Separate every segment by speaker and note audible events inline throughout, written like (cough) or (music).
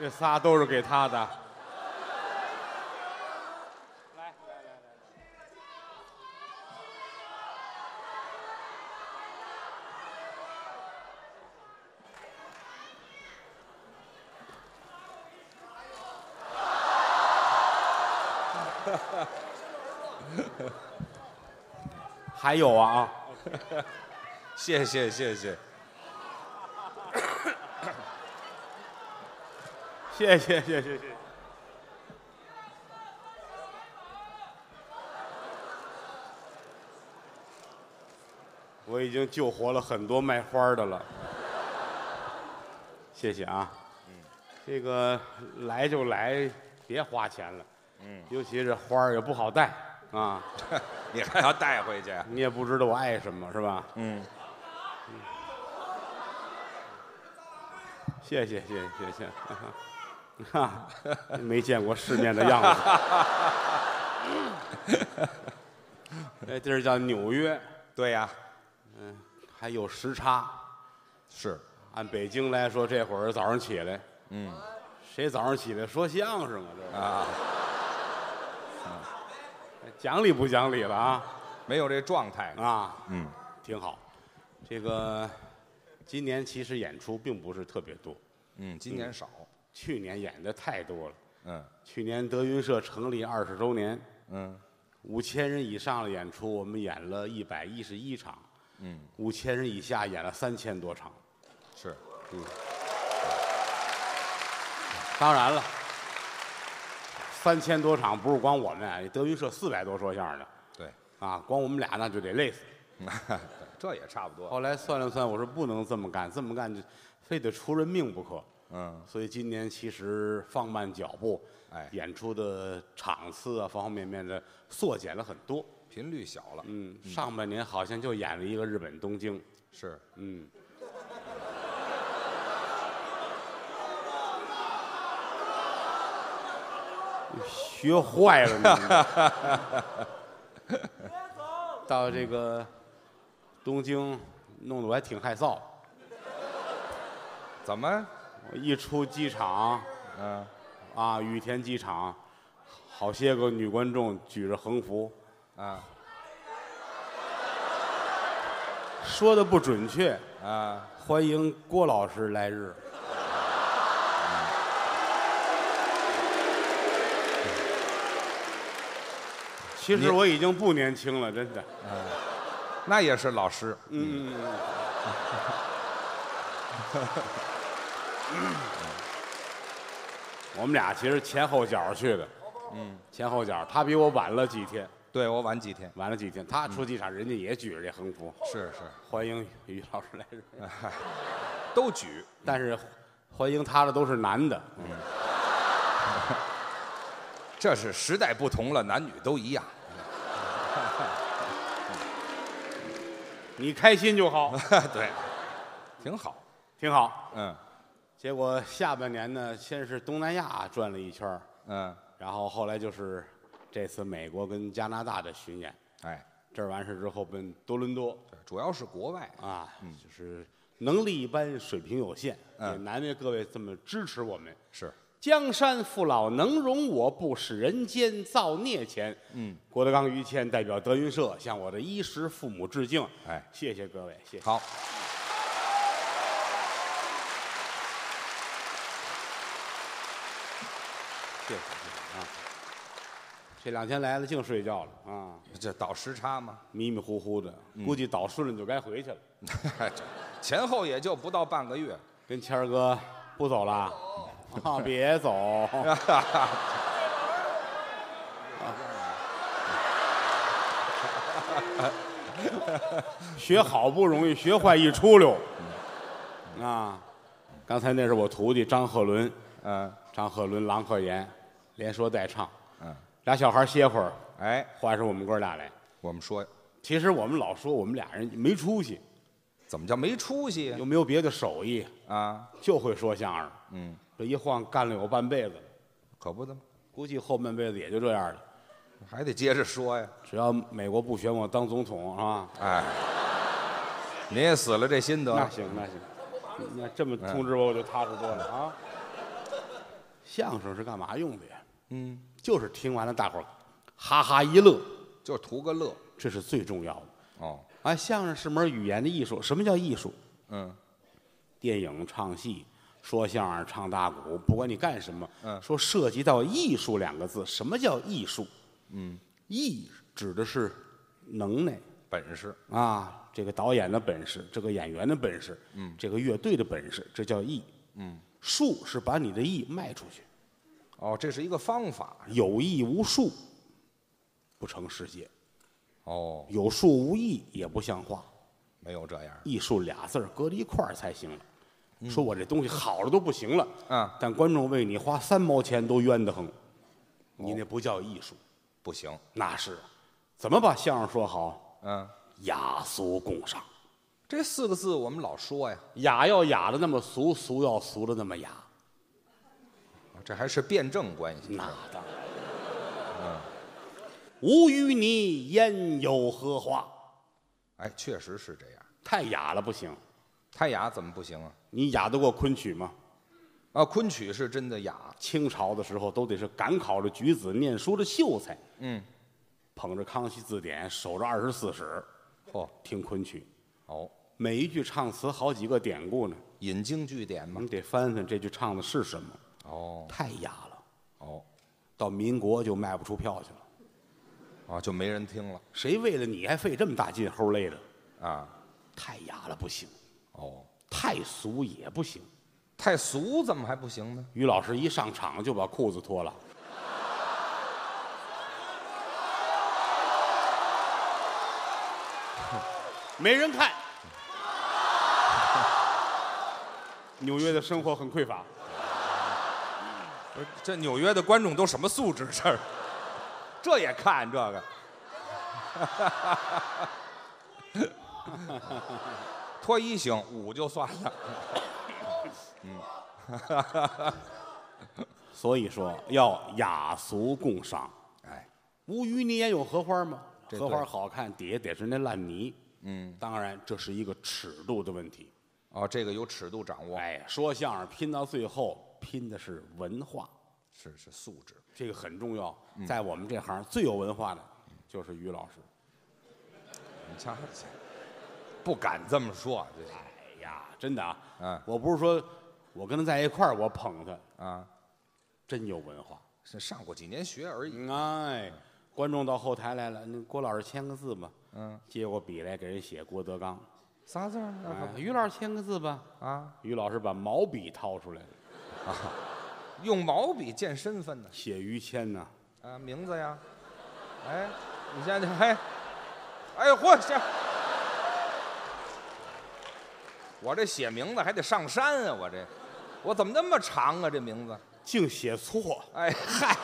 Speaker 1: 这仨都是给他的。还有啊啊！
Speaker 2: 谢谢谢谢，
Speaker 1: 谢谢谢谢谢谢。我已经救活了很多卖花的了，谢谢啊。这个来就来，别花钱了。嗯，尤其这花儿也不好带啊，
Speaker 2: 你还要带回去？啊
Speaker 1: 你也不知道我爱什么是吧？
Speaker 2: 嗯，
Speaker 1: 谢谢谢谢谢 (laughs) 谢，哈，没见过世面的样子。
Speaker 2: (laughs)
Speaker 1: 那地哎儿叫纽约，
Speaker 2: (laughs) 对呀，
Speaker 1: 还有时差。
Speaker 2: 是
Speaker 1: 按北京来说，这会儿早上起来，嗯，谁早上起来说相声啊？这
Speaker 2: 啊，
Speaker 1: 是 (laughs) 讲理不讲理了啊？
Speaker 2: 没有这状态。
Speaker 1: 啊，
Speaker 2: 嗯，
Speaker 1: 挺好。这个今年其实演出并不是特别多，
Speaker 2: 嗯，今年少。
Speaker 1: 去年演的太多了。
Speaker 2: 嗯
Speaker 1: 去年德云社成立二十周年，
Speaker 2: 嗯，
Speaker 1: 五千人以上的演出，我们演了一百一十一场，
Speaker 2: 嗯，
Speaker 1: 五千人以下演了三千多场。
Speaker 2: 是。
Speaker 1: 当然了，三千多场不是光我们啊，德云社四百多说相声的
Speaker 2: 对，
Speaker 1: 啊，光我们俩那就得累死。
Speaker 2: (laughs) 这也差不多。
Speaker 1: 后来算了算，我说不能这么干，这么干就非得出人命不可。
Speaker 2: 嗯，
Speaker 1: 所以今年其实放慢脚步，
Speaker 2: 哎
Speaker 1: 演出的场次啊，方方面面的缩减了很多。
Speaker 2: 频率小了。
Speaker 1: 嗯，上半年好像就演了一个日本东京，
Speaker 2: 是，
Speaker 1: 嗯，学坏了你。 (laughs) 到这个东京，弄得我还挺害臊。
Speaker 2: 怎么？
Speaker 1: 我一出机场
Speaker 2: 嗯，
Speaker 1: 啊，羽田机场，好些个女观众举着横幅，
Speaker 2: 啊
Speaker 1: 说的不准确，
Speaker 2: 啊，
Speaker 1: 欢迎郭老师来日。
Speaker 2: 嗯
Speaker 1: 其
Speaker 2: 你
Speaker 1: 实我已经不年轻了，真的。
Speaker 2: 那也是老师。
Speaker 1: 嗯，我们俩其实前后脚去的。嗯，前后脚，他比我晚了几天，
Speaker 2: 对我晚几天。
Speaker 1: 晚了几天。他出机场，人家也举着这横幅，
Speaker 2: 是是，
Speaker 1: 欢迎于老师来 (laughs) 日。
Speaker 2: 都举。
Speaker 1: 但是欢迎他的都是男的，
Speaker 2: 这是时代不同了，男女都一样。
Speaker 1: 你开心就 (laughs) 好，
Speaker 2: 对，挺好。
Speaker 1: 挺好。
Speaker 2: 嗯
Speaker 1: 结果下半年呢，先是东南亚转了一圈儿
Speaker 2: 嗯，
Speaker 1: 然后后来就是这次美国跟加拿大的巡演，
Speaker 2: 哎，
Speaker 1: 这儿完事之后奔多伦多
Speaker 2: 主要是国外。
Speaker 1: 啊，就是能力一般，水平有限，
Speaker 2: 嗯
Speaker 1: 也难为各位这么支持我们。
Speaker 2: 是，
Speaker 1: 江山父老能容我，不使人间造孽钱。嗯，郭德纲、于谦代表德云社向我的衣食父母致敬。
Speaker 2: 哎
Speaker 1: 谢谢各位，谢谢。
Speaker 2: 好。
Speaker 1: 谢谢谢谢啊！这两天来了，净睡觉了啊，
Speaker 2: 这倒时差吗？ (laughs)
Speaker 1: 迷迷糊糊的，估计倒顺了就该回去了。
Speaker 2: 前后也就不到半个月。
Speaker 1: 跟谦儿哥不走了啊，啊别走！学好不容易，学坏一出溜。啊，刚才那是我徒弟张鹤伦，
Speaker 2: 嗯
Speaker 1: 张鹤伦、郎鹤炎，连说带唱，
Speaker 2: 嗯，
Speaker 1: 俩小孩儿歇会儿，
Speaker 2: 哎，
Speaker 1: 换上我们哥俩来。
Speaker 2: 我们说
Speaker 1: 其实我们老说我们俩人没出息，
Speaker 2: 怎么叫没出息啊呀
Speaker 1: 又没有别的手艺，
Speaker 2: 啊？
Speaker 1: 就会说相声。
Speaker 2: 嗯，
Speaker 1: 这一晃干了有半辈子了，
Speaker 2: 可不怎么，
Speaker 1: 估计后半辈子也就这样了。
Speaker 2: 还得接着说呀。
Speaker 1: 只要美国不选我当总统啊，
Speaker 2: 哎，您也死了这心得
Speaker 1: 那
Speaker 2: 了。
Speaker 1: 行那行，那这么通知我我就踏实多了啊。相声是干嘛用的呀？
Speaker 2: 嗯，
Speaker 1: 就是听完了大伙儿哈哈一乐，
Speaker 2: 就图个乐。
Speaker 1: 这是最重要的。
Speaker 2: 哦，
Speaker 1: 啊，相声是门语言的艺术。什么叫艺术？
Speaker 2: 嗯，
Speaker 1: 电影、唱戏、说相声、唱大鼓，不管你干什么，
Speaker 2: 嗯
Speaker 1: 说涉及到“艺术”两个字，什么叫艺术？嗯，艺指的是能耐
Speaker 2: 本事。
Speaker 1: 啊，这个导演的本事，这个演员的本事，嗯，这个乐队的本事，这叫艺。嗯，术是把你的艺卖出去，
Speaker 2: 哦，这是一个方法。
Speaker 1: 有艺无术不成世界，
Speaker 2: 哦，
Speaker 1: 有术无艺也不像话。
Speaker 2: 没有这样。
Speaker 1: 艺术俩字儿搁在一块儿才行了。说我这东西好了都不行了，
Speaker 2: 嗯
Speaker 1: 但观众为你花三毛钱都冤得很，你那不叫艺术，
Speaker 2: 不行。
Speaker 1: 那是怎么把相声说好？
Speaker 2: 嗯，
Speaker 1: 雅俗共赏，
Speaker 2: 这四个字我们老说呀，
Speaker 1: 雅要雅的那么俗，俗要俗的那么雅，
Speaker 2: 这还是辩证关系。
Speaker 1: 那当然。无嗯与你焉有何话？
Speaker 2: 哎，确实是这样。
Speaker 1: 太雅了不行，
Speaker 2: 太雅怎么不行啊？
Speaker 1: 你雅得过昆曲吗？
Speaker 2: 啊，昆曲是真的雅。
Speaker 1: 清朝的时候都得是赶考的举子，念书的秀才。
Speaker 2: 嗯，
Speaker 1: 捧着《康熙字典》，守着二十四史，
Speaker 2: 哦
Speaker 1: 听昆曲，
Speaker 2: 哦，
Speaker 1: 每一句唱词好几个典故呢。
Speaker 2: 引经据典嘛。
Speaker 1: 你得翻翻这句唱的是什么，
Speaker 2: 哦
Speaker 1: 太雅了。
Speaker 2: 哦
Speaker 1: 到民国就卖不出票去了，
Speaker 2: 啊，就没人听了
Speaker 1: 谁为了你还费这么大劲齁累的？
Speaker 2: 啊。
Speaker 1: 太雅了不行，
Speaker 2: 哦，
Speaker 1: 太俗也不行。
Speaker 2: 太俗怎么还不行呢？
Speaker 1: 于老师一上场就把裤子脱了，没人看。纽约的生活很匮乏，
Speaker 2: 不是，这纽约的观众都什么素质？这儿这也看这个， (laughs) 脱衣行五就算了。
Speaker 1: 所以说要雅俗共赏。
Speaker 2: 哎，
Speaker 1: 无鱼你也有荷花吗？
Speaker 2: 这
Speaker 1: 荷花
Speaker 2: 对
Speaker 1: 好看，底下得是那烂泥。嗯，当然这是一个尺度的问题。
Speaker 2: 哦，这个有尺度掌握，
Speaker 1: 哎，说相声拼到最后拼的是文化。
Speaker 2: 是是素质。
Speaker 1: 这个很重要。在我们这行最有文化的就是于老师。
Speaker 2: 你瞧，这不敢这么说，这是
Speaker 1: 哎呀，真的啊，
Speaker 2: 嗯
Speaker 1: 我不是说我跟他在一块儿我捧他，
Speaker 2: 啊，
Speaker 1: 真有文化。
Speaker 2: 是上过几年学而已。
Speaker 1: 哎，观众到后台来了，那郭老师签个字吧。
Speaker 2: 嗯，
Speaker 1: 接过笔来给人写郭德纲，
Speaker 2: 仨字儿
Speaker 1: 哎于老师签个字吧。
Speaker 2: 啊，
Speaker 1: 于老师把毛笔掏出来了，
Speaker 2: 用毛笔见身份呢。
Speaker 1: 写于谦呐。
Speaker 2: 啊，名字呀，哎，你现在哎，哎呦嚯，这我这写名字还得上山啊，我这我怎么那么长啊？这名字，
Speaker 1: 净写错，
Speaker 2: 哎嗨，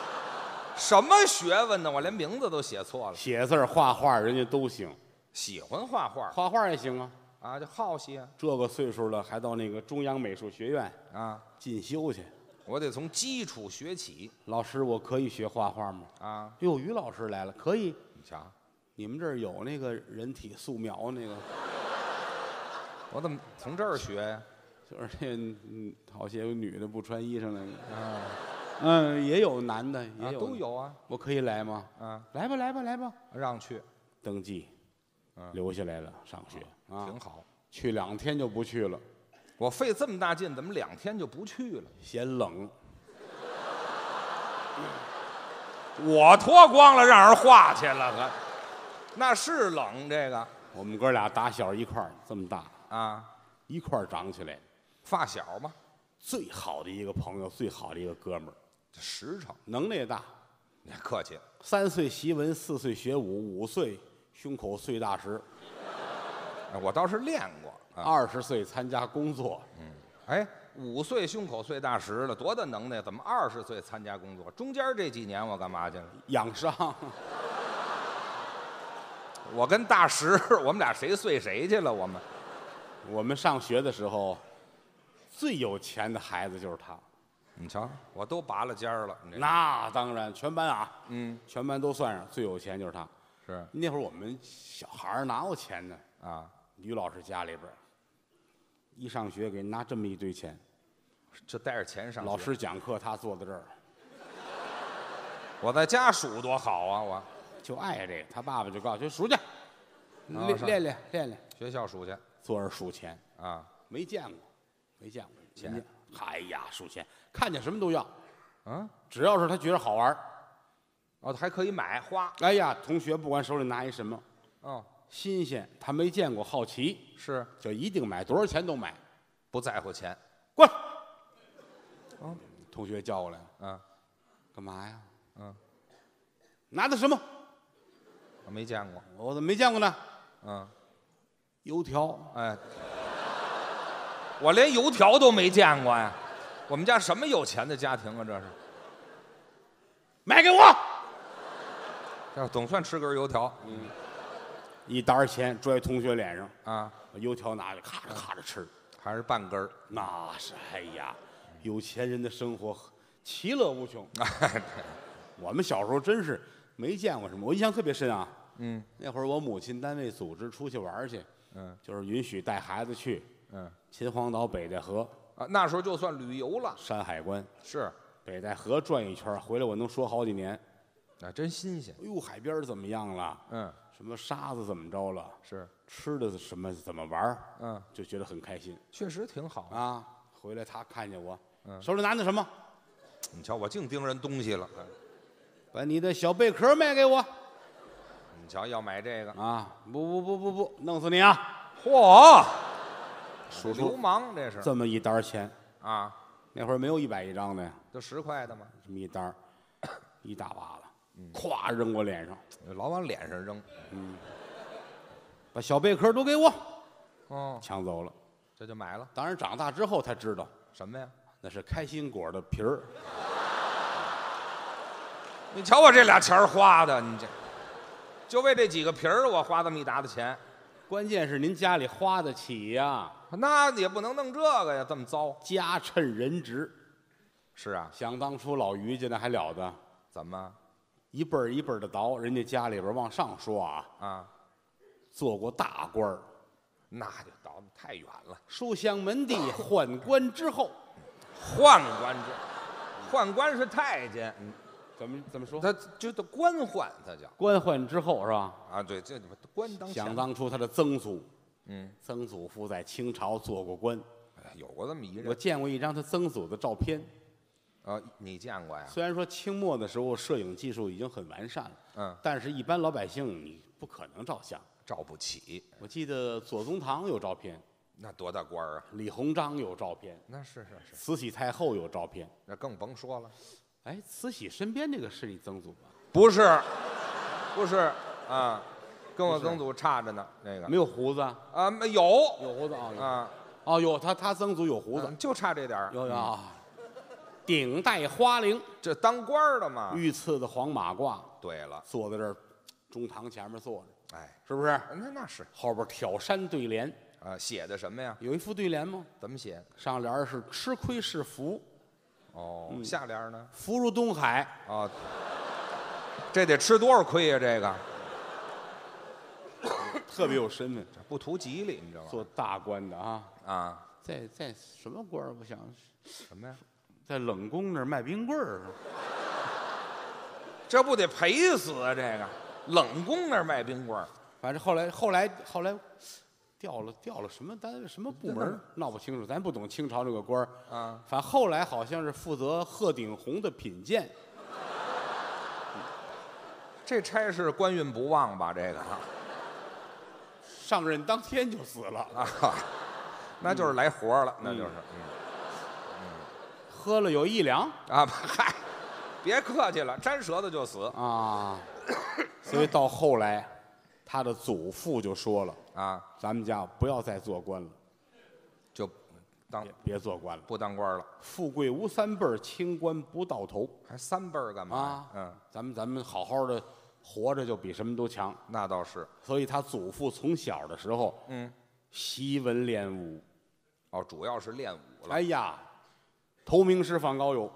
Speaker 2: 什么学问呢？我连名字都写错了。
Speaker 1: 写字儿画画儿人家都行，
Speaker 2: 喜欢画画
Speaker 1: 画画儿也行啊。
Speaker 2: 啊，就好奇啊
Speaker 1: 这个岁数了，还到那个中央美术学院
Speaker 2: 啊，
Speaker 1: 进修去。
Speaker 2: 我得从基础学起
Speaker 1: 老师，我可以学画画吗？
Speaker 2: 啊。
Speaker 1: 哟，于老师来了，可以。
Speaker 2: 你瞧，
Speaker 1: 你们这儿有那个人体素描那个， (laughs)
Speaker 2: 我怎么从这儿学呀？
Speaker 1: 就是那嗯好些有女的不穿衣裳那个，
Speaker 2: 啊，
Speaker 1: 嗯，也有男的，也
Speaker 2: 啊
Speaker 1: 有
Speaker 2: 都。有啊
Speaker 1: 我可以来吗？
Speaker 2: 啊，
Speaker 1: 来吧，来吧，来吧。
Speaker 2: 让去
Speaker 1: 登记，
Speaker 2: 嗯
Speaker 1: 留下来了，上学啊
Speaker 2: 挺，好。
Speaker 1: 去两天就不去了，
Speaker 2: 我费这么大劲，怎么两天就不去了？
Speaker 1: 嫌冷。
Speaker 2: 我脱光了让人画去了，可那是冷这个
Speaker 1: 我们哥俩打小一块儿这么大，
Speaker 2: 啊，
Speaker 1: 一块儿长起来的，
Speaker 2: 发小嘛，
Speaker 1: 最好的一个朋友，最好的一个哥们儿，
Speaker 2: 这实诚，
Speaker 1: 能耐也大，
Speaker 2: 你客气，
Speaker 1: 三岁习文，四岁学武，五岁胸口碎大石，
Speaker 2: 哎我倒是练过啊。
Speaker 1: 二十岁参加工作，
Speaker 2: 哎，五岁胸口碎大石了，多大能耐？怎么二十岁参加工作？中间这几年我干嘛去了？
Speaker 1: 养伤。
Speaker 2: 我跟大石，我们俩谁碎谁去了？我们
Speaker 1: 我们上学的时候，最有钱的孩子就是他。
Speaker 2: 你瞧，我都拔了尖儿了，你这
Speaker 1: 那当然，全班啊，
Speaker 2: 嗯
Speaker 1: 全班都算上，最有钱就是他。
Speaker 2: 是
Speaker 1: 那会儿我们小孩儿哪有钱呢？
Speaker 2: 啊，
Speaker 1: 于老师家里边儿，一上学给拿这么一堆钱，
Speaker 2: 就带着钱上学
Speaker 1: 老师讲课，他坐在这儿，
Speaker 2: 我在家数多好啊！我
Speaker 1: 就爱这个。他爸爸就告诉他数去，
Speaker 2: 哦
Speaker 1: 练
Speaker 2: 是
Speaker 1: 练练练练，
Speaker 2: 学校数去
Speaker 1: 坐这儿数钱，
Speaker 2: 啊，
Speaker 1: 没见过，没见过
Speaker 2: 钱
Speaker 1: 人家。哎呀，数钱，看见什么都要，
Speaker 2: 嗯，
Speaker 1: 只要是他觉得好玩儿
Speaker 2: 哦，还可以买花
Speaker 1: 哎呀，同学不管手里拿一什么
Speaker 2: 哦，
Speaker 1: 新鲜，他没见过，好奇，
Speaker 2: 是
Speaker 1: 就一定买，多少钱都买。
Speaker 2: 不在乎钱，
Speaker 1: 过来，同学叫过来了，
Speaker 2: 哦嗯，
Speaker 1: 干嘛呀？
Speaker 2: 嗯，
Speaker 1: 拿的什么？
Speaker 2: 我没见过，
Speaker 1: 我怎么没见过呢？
Speaker 2: 嗯，
Speaker 1: 油条，
Speaker 2: 哎，我连油条都没见过呀！我们家什么有钱的家庭啊？这是，
Speaker 1: 买给我
Speaker 2: 这总算吃根油条
Speaker 1: 一沓钱拽同学脸上，
Speaker 2: 啊，
Speaker 1: 把油条拿着，咔着咔着吃。
Speaker 2: 还是半根儿。
Speaker 1: 那是，哎呀，有钱人的生活其乐无穷。我们小时候真是没见过什么，我印象特别深啊。
Speaker 2: 嗯
Speaker 1: 那会儿我母亲单位组织出去玩儿去，
Speaker 2: 嗯
Speaker 1: 就是允许带孩子去
Speaker 2: 嗯，
Speaker 1: 秦皇岛北戴河、
Speaker 2: 啊，那时候就算旅游了，
Speaker 1: 山海关、
Speaker 2: 是，
Speaker 1: 北戴河转一圈儿，回来我能说好几年。
Speaker 2: 啊，真新鲜。
Speaker 1: 哎呦，海边儿怎么样了？
Speaker 2: 嗯，
Speaker 1: 什么沙子怎么着了？
Speaker 2: 是，
Speaker 1: 吃的什么怎么玩儿？
Speaker 2: 嗯，
Speaker 1: 就觉得很开心
Speaker 2: 确实挺好。
Speaker 1: 啊。回来他看见我，手里拿的什么？
Speaker 2: 你瞧，我净盯人东西了。
Speaker 1: 把你的小贝壳卖给我
Speaker 2: 你瞧，要买这个，
Speaker 1: 啊！不不不不不，弄死你啊！
Speaker 2: 嚯，
Speaker 1: 数
Speaker 2: 流
Speaker 1: 出
Speaker 2: 氓这是
Speaker 1: 这么一沓儿钱，
Speaker 2: 啊，
Speaker 1: 那会儿没有一百一张的呀，
Speaker 2: 就十块的嘛，
Speaker 1: 这么一沓儿，一大把子，咵扔我脸上，
Speaker 2: 老往脸上扔。
Speaker 1: 把小贝壳都给我
Speaker 2: 哦，
Speaker 1: 抢走了。
Speaker 2: 这就买了
Speaker 1: 当然，长大之后才知道
Speaker 2: 什么呀？
Speaker 1: 那是开心果的皮儿。
Speaker 2: 你瞧我这俩钱儿花的，你这就为这几个皮儿，我花这么一沓子钱，
Speaker 1: 关键是您家里花得起呀、
Speaker 2: 那也不能弄这个呀，这么糟。
Speaker 1: 家趁人值。
Speaker 2: 是啊，
Speaker 1: 想当初老于家那还了得，
Speaker 2: 怎么
Speaker 1: 一辈儿一辈儿的倒，人家家里边往上说啊，
Speaker 2: 啊？
Speaker 1: 做过大官儿，
Speaker 2: 那就倒得太远了，
Speaker 1: 书香门第，宦官之后，
Speaker 2: 宦官制，宦官是太监，嗯
Speaker 1: 怎么怎么说？
Speaker 2: 他就叫官宦，他叫
Speaker 1: 官宦之后是吧？
Speaker 2: 啊，对，这官当前
Speaker 1: 想当初他的曾祖，
Speaker 2: 嗯，
Speaker 1: 曾祖父在清朝做过官，
Speaker 2: 哎有过这么一
Speaker 1: 我
Speaker 2: 人
Speaker 1: 见过一张他曾祖的照片。
Speaker 2: 啊，你见过呀？
Speaker 1: 虽然说清末的时候摄影技术已经很完善了，
Speaker 2: 嗯，
Speaker 1: 但是一般老百姓你不可能照相。
Speaker 2: 照不起，
Speaker 1: 我记得左宗棠有照片，
Speaker 2: 那多大官儿啊？
Speaker 1: 李鸿章有照片，
Speaker 2: 那是是是，
Speaker 1: 慈禧太后有照片。
Speaker 2: 那更甭说了。
Speaker 1: 哎，慈禧身边这个是你曾祖吗？
Speaker 2: 不是，不是啊，跟我曾祖差着呢。那个
Speaker 1: 没有胡子啊，
Speaker 2: 啊，没有嗯
Speaker 1: 有胡子啊，有
Speaker 2: 啊，
Speaker 1: 哦，有他他曾祖有胡子，
Speaker 2: 就差这点儿。
Speaker 1: 有有啊，顶戴花翎，
Speaker 2: 这当官儿的嘛。
Speaker 1: 御赐的黄马褂，
Speaker 2: 对了，
Speaker 1: 坐在这儿，中堂前面坐着，
Speaker 2: 哎，
Speaker 1: 是不是？
Speaker 2: 那那是
Speaker 1: 后边挑山对联，
Speaker 2: 啊，写的什么呀？
Speaker 1: 有一副对联吗？
Speaker 2: 怎么写？
Speaker 1: 上联儿是“吃亏是福，
Speaker 2: 哦，
Speaker 1: 嗯
Speaker 2: 下联儿呢？
Speaker 1: 福如东海
Speaker 2: 啊，这得吃多少亏呀？这个”，
Speaker 1: 特别有身份，
Speaker 2: 这不图吉利，你知道吗？
Speaker 1: 做大官的啊，
Speaker 2: 啊，
Speaker 1: 在在什么官儿？我想
Speaker 2: 什么呀？
Speaker 1: 在冷宫那儿卖冰棍儿，
Speaker 2: 这不得赔死啊？这个冷宫那儿卖冰棍儿，
Speaker 1: 反正后来后来后来调了调了什么单位什么部门儿，闹不清楚，咱不懂清朝这个官儿
Speaker 2: 啊。
Speaker 1: 反正后来好像是负责鹤顶红的品鉴，
Speaker 2: 这差事官运不旺吧？这个 (laughs) 啊。
Speaker 1: 上任当天就死了，
Speaker 2: 啊，
Speaker 1: 嗯
Speaker 2: 那就是来活儿了，那就是、嗯
Speaker 1: 喝了有一两
Speaker 2: 啊，嗨，别客气了，粘舌头就死
Speaker 1: 啊。 (coughs) 所以到后来，他的祖父就说了。
Speaker 2: 啊，
Speaker 1: 咱们家不要再做官了，
Speaker 2: 就当
Speaker 1: 别别做官了。
Speaker 2: 不当官了，
Speaker 1: 富贵无三辈儿，清官不到头
Speaker 2: 还三辈儿干嘛呀？
Speaker 1: 啊！
Speaker 2: 嗯，，
Speaker 1: 咱们咱们好好的活着就比什么都强。
Speaker 2: 那倒是
Speaker 1: 所以他祖父从小的时候，
Speaker 2: 嗯，
Speaker 1: 习文练武，
Speaker 2: 哦，主要是练武了，
Speaker 1: 哎呀，头名师放高友，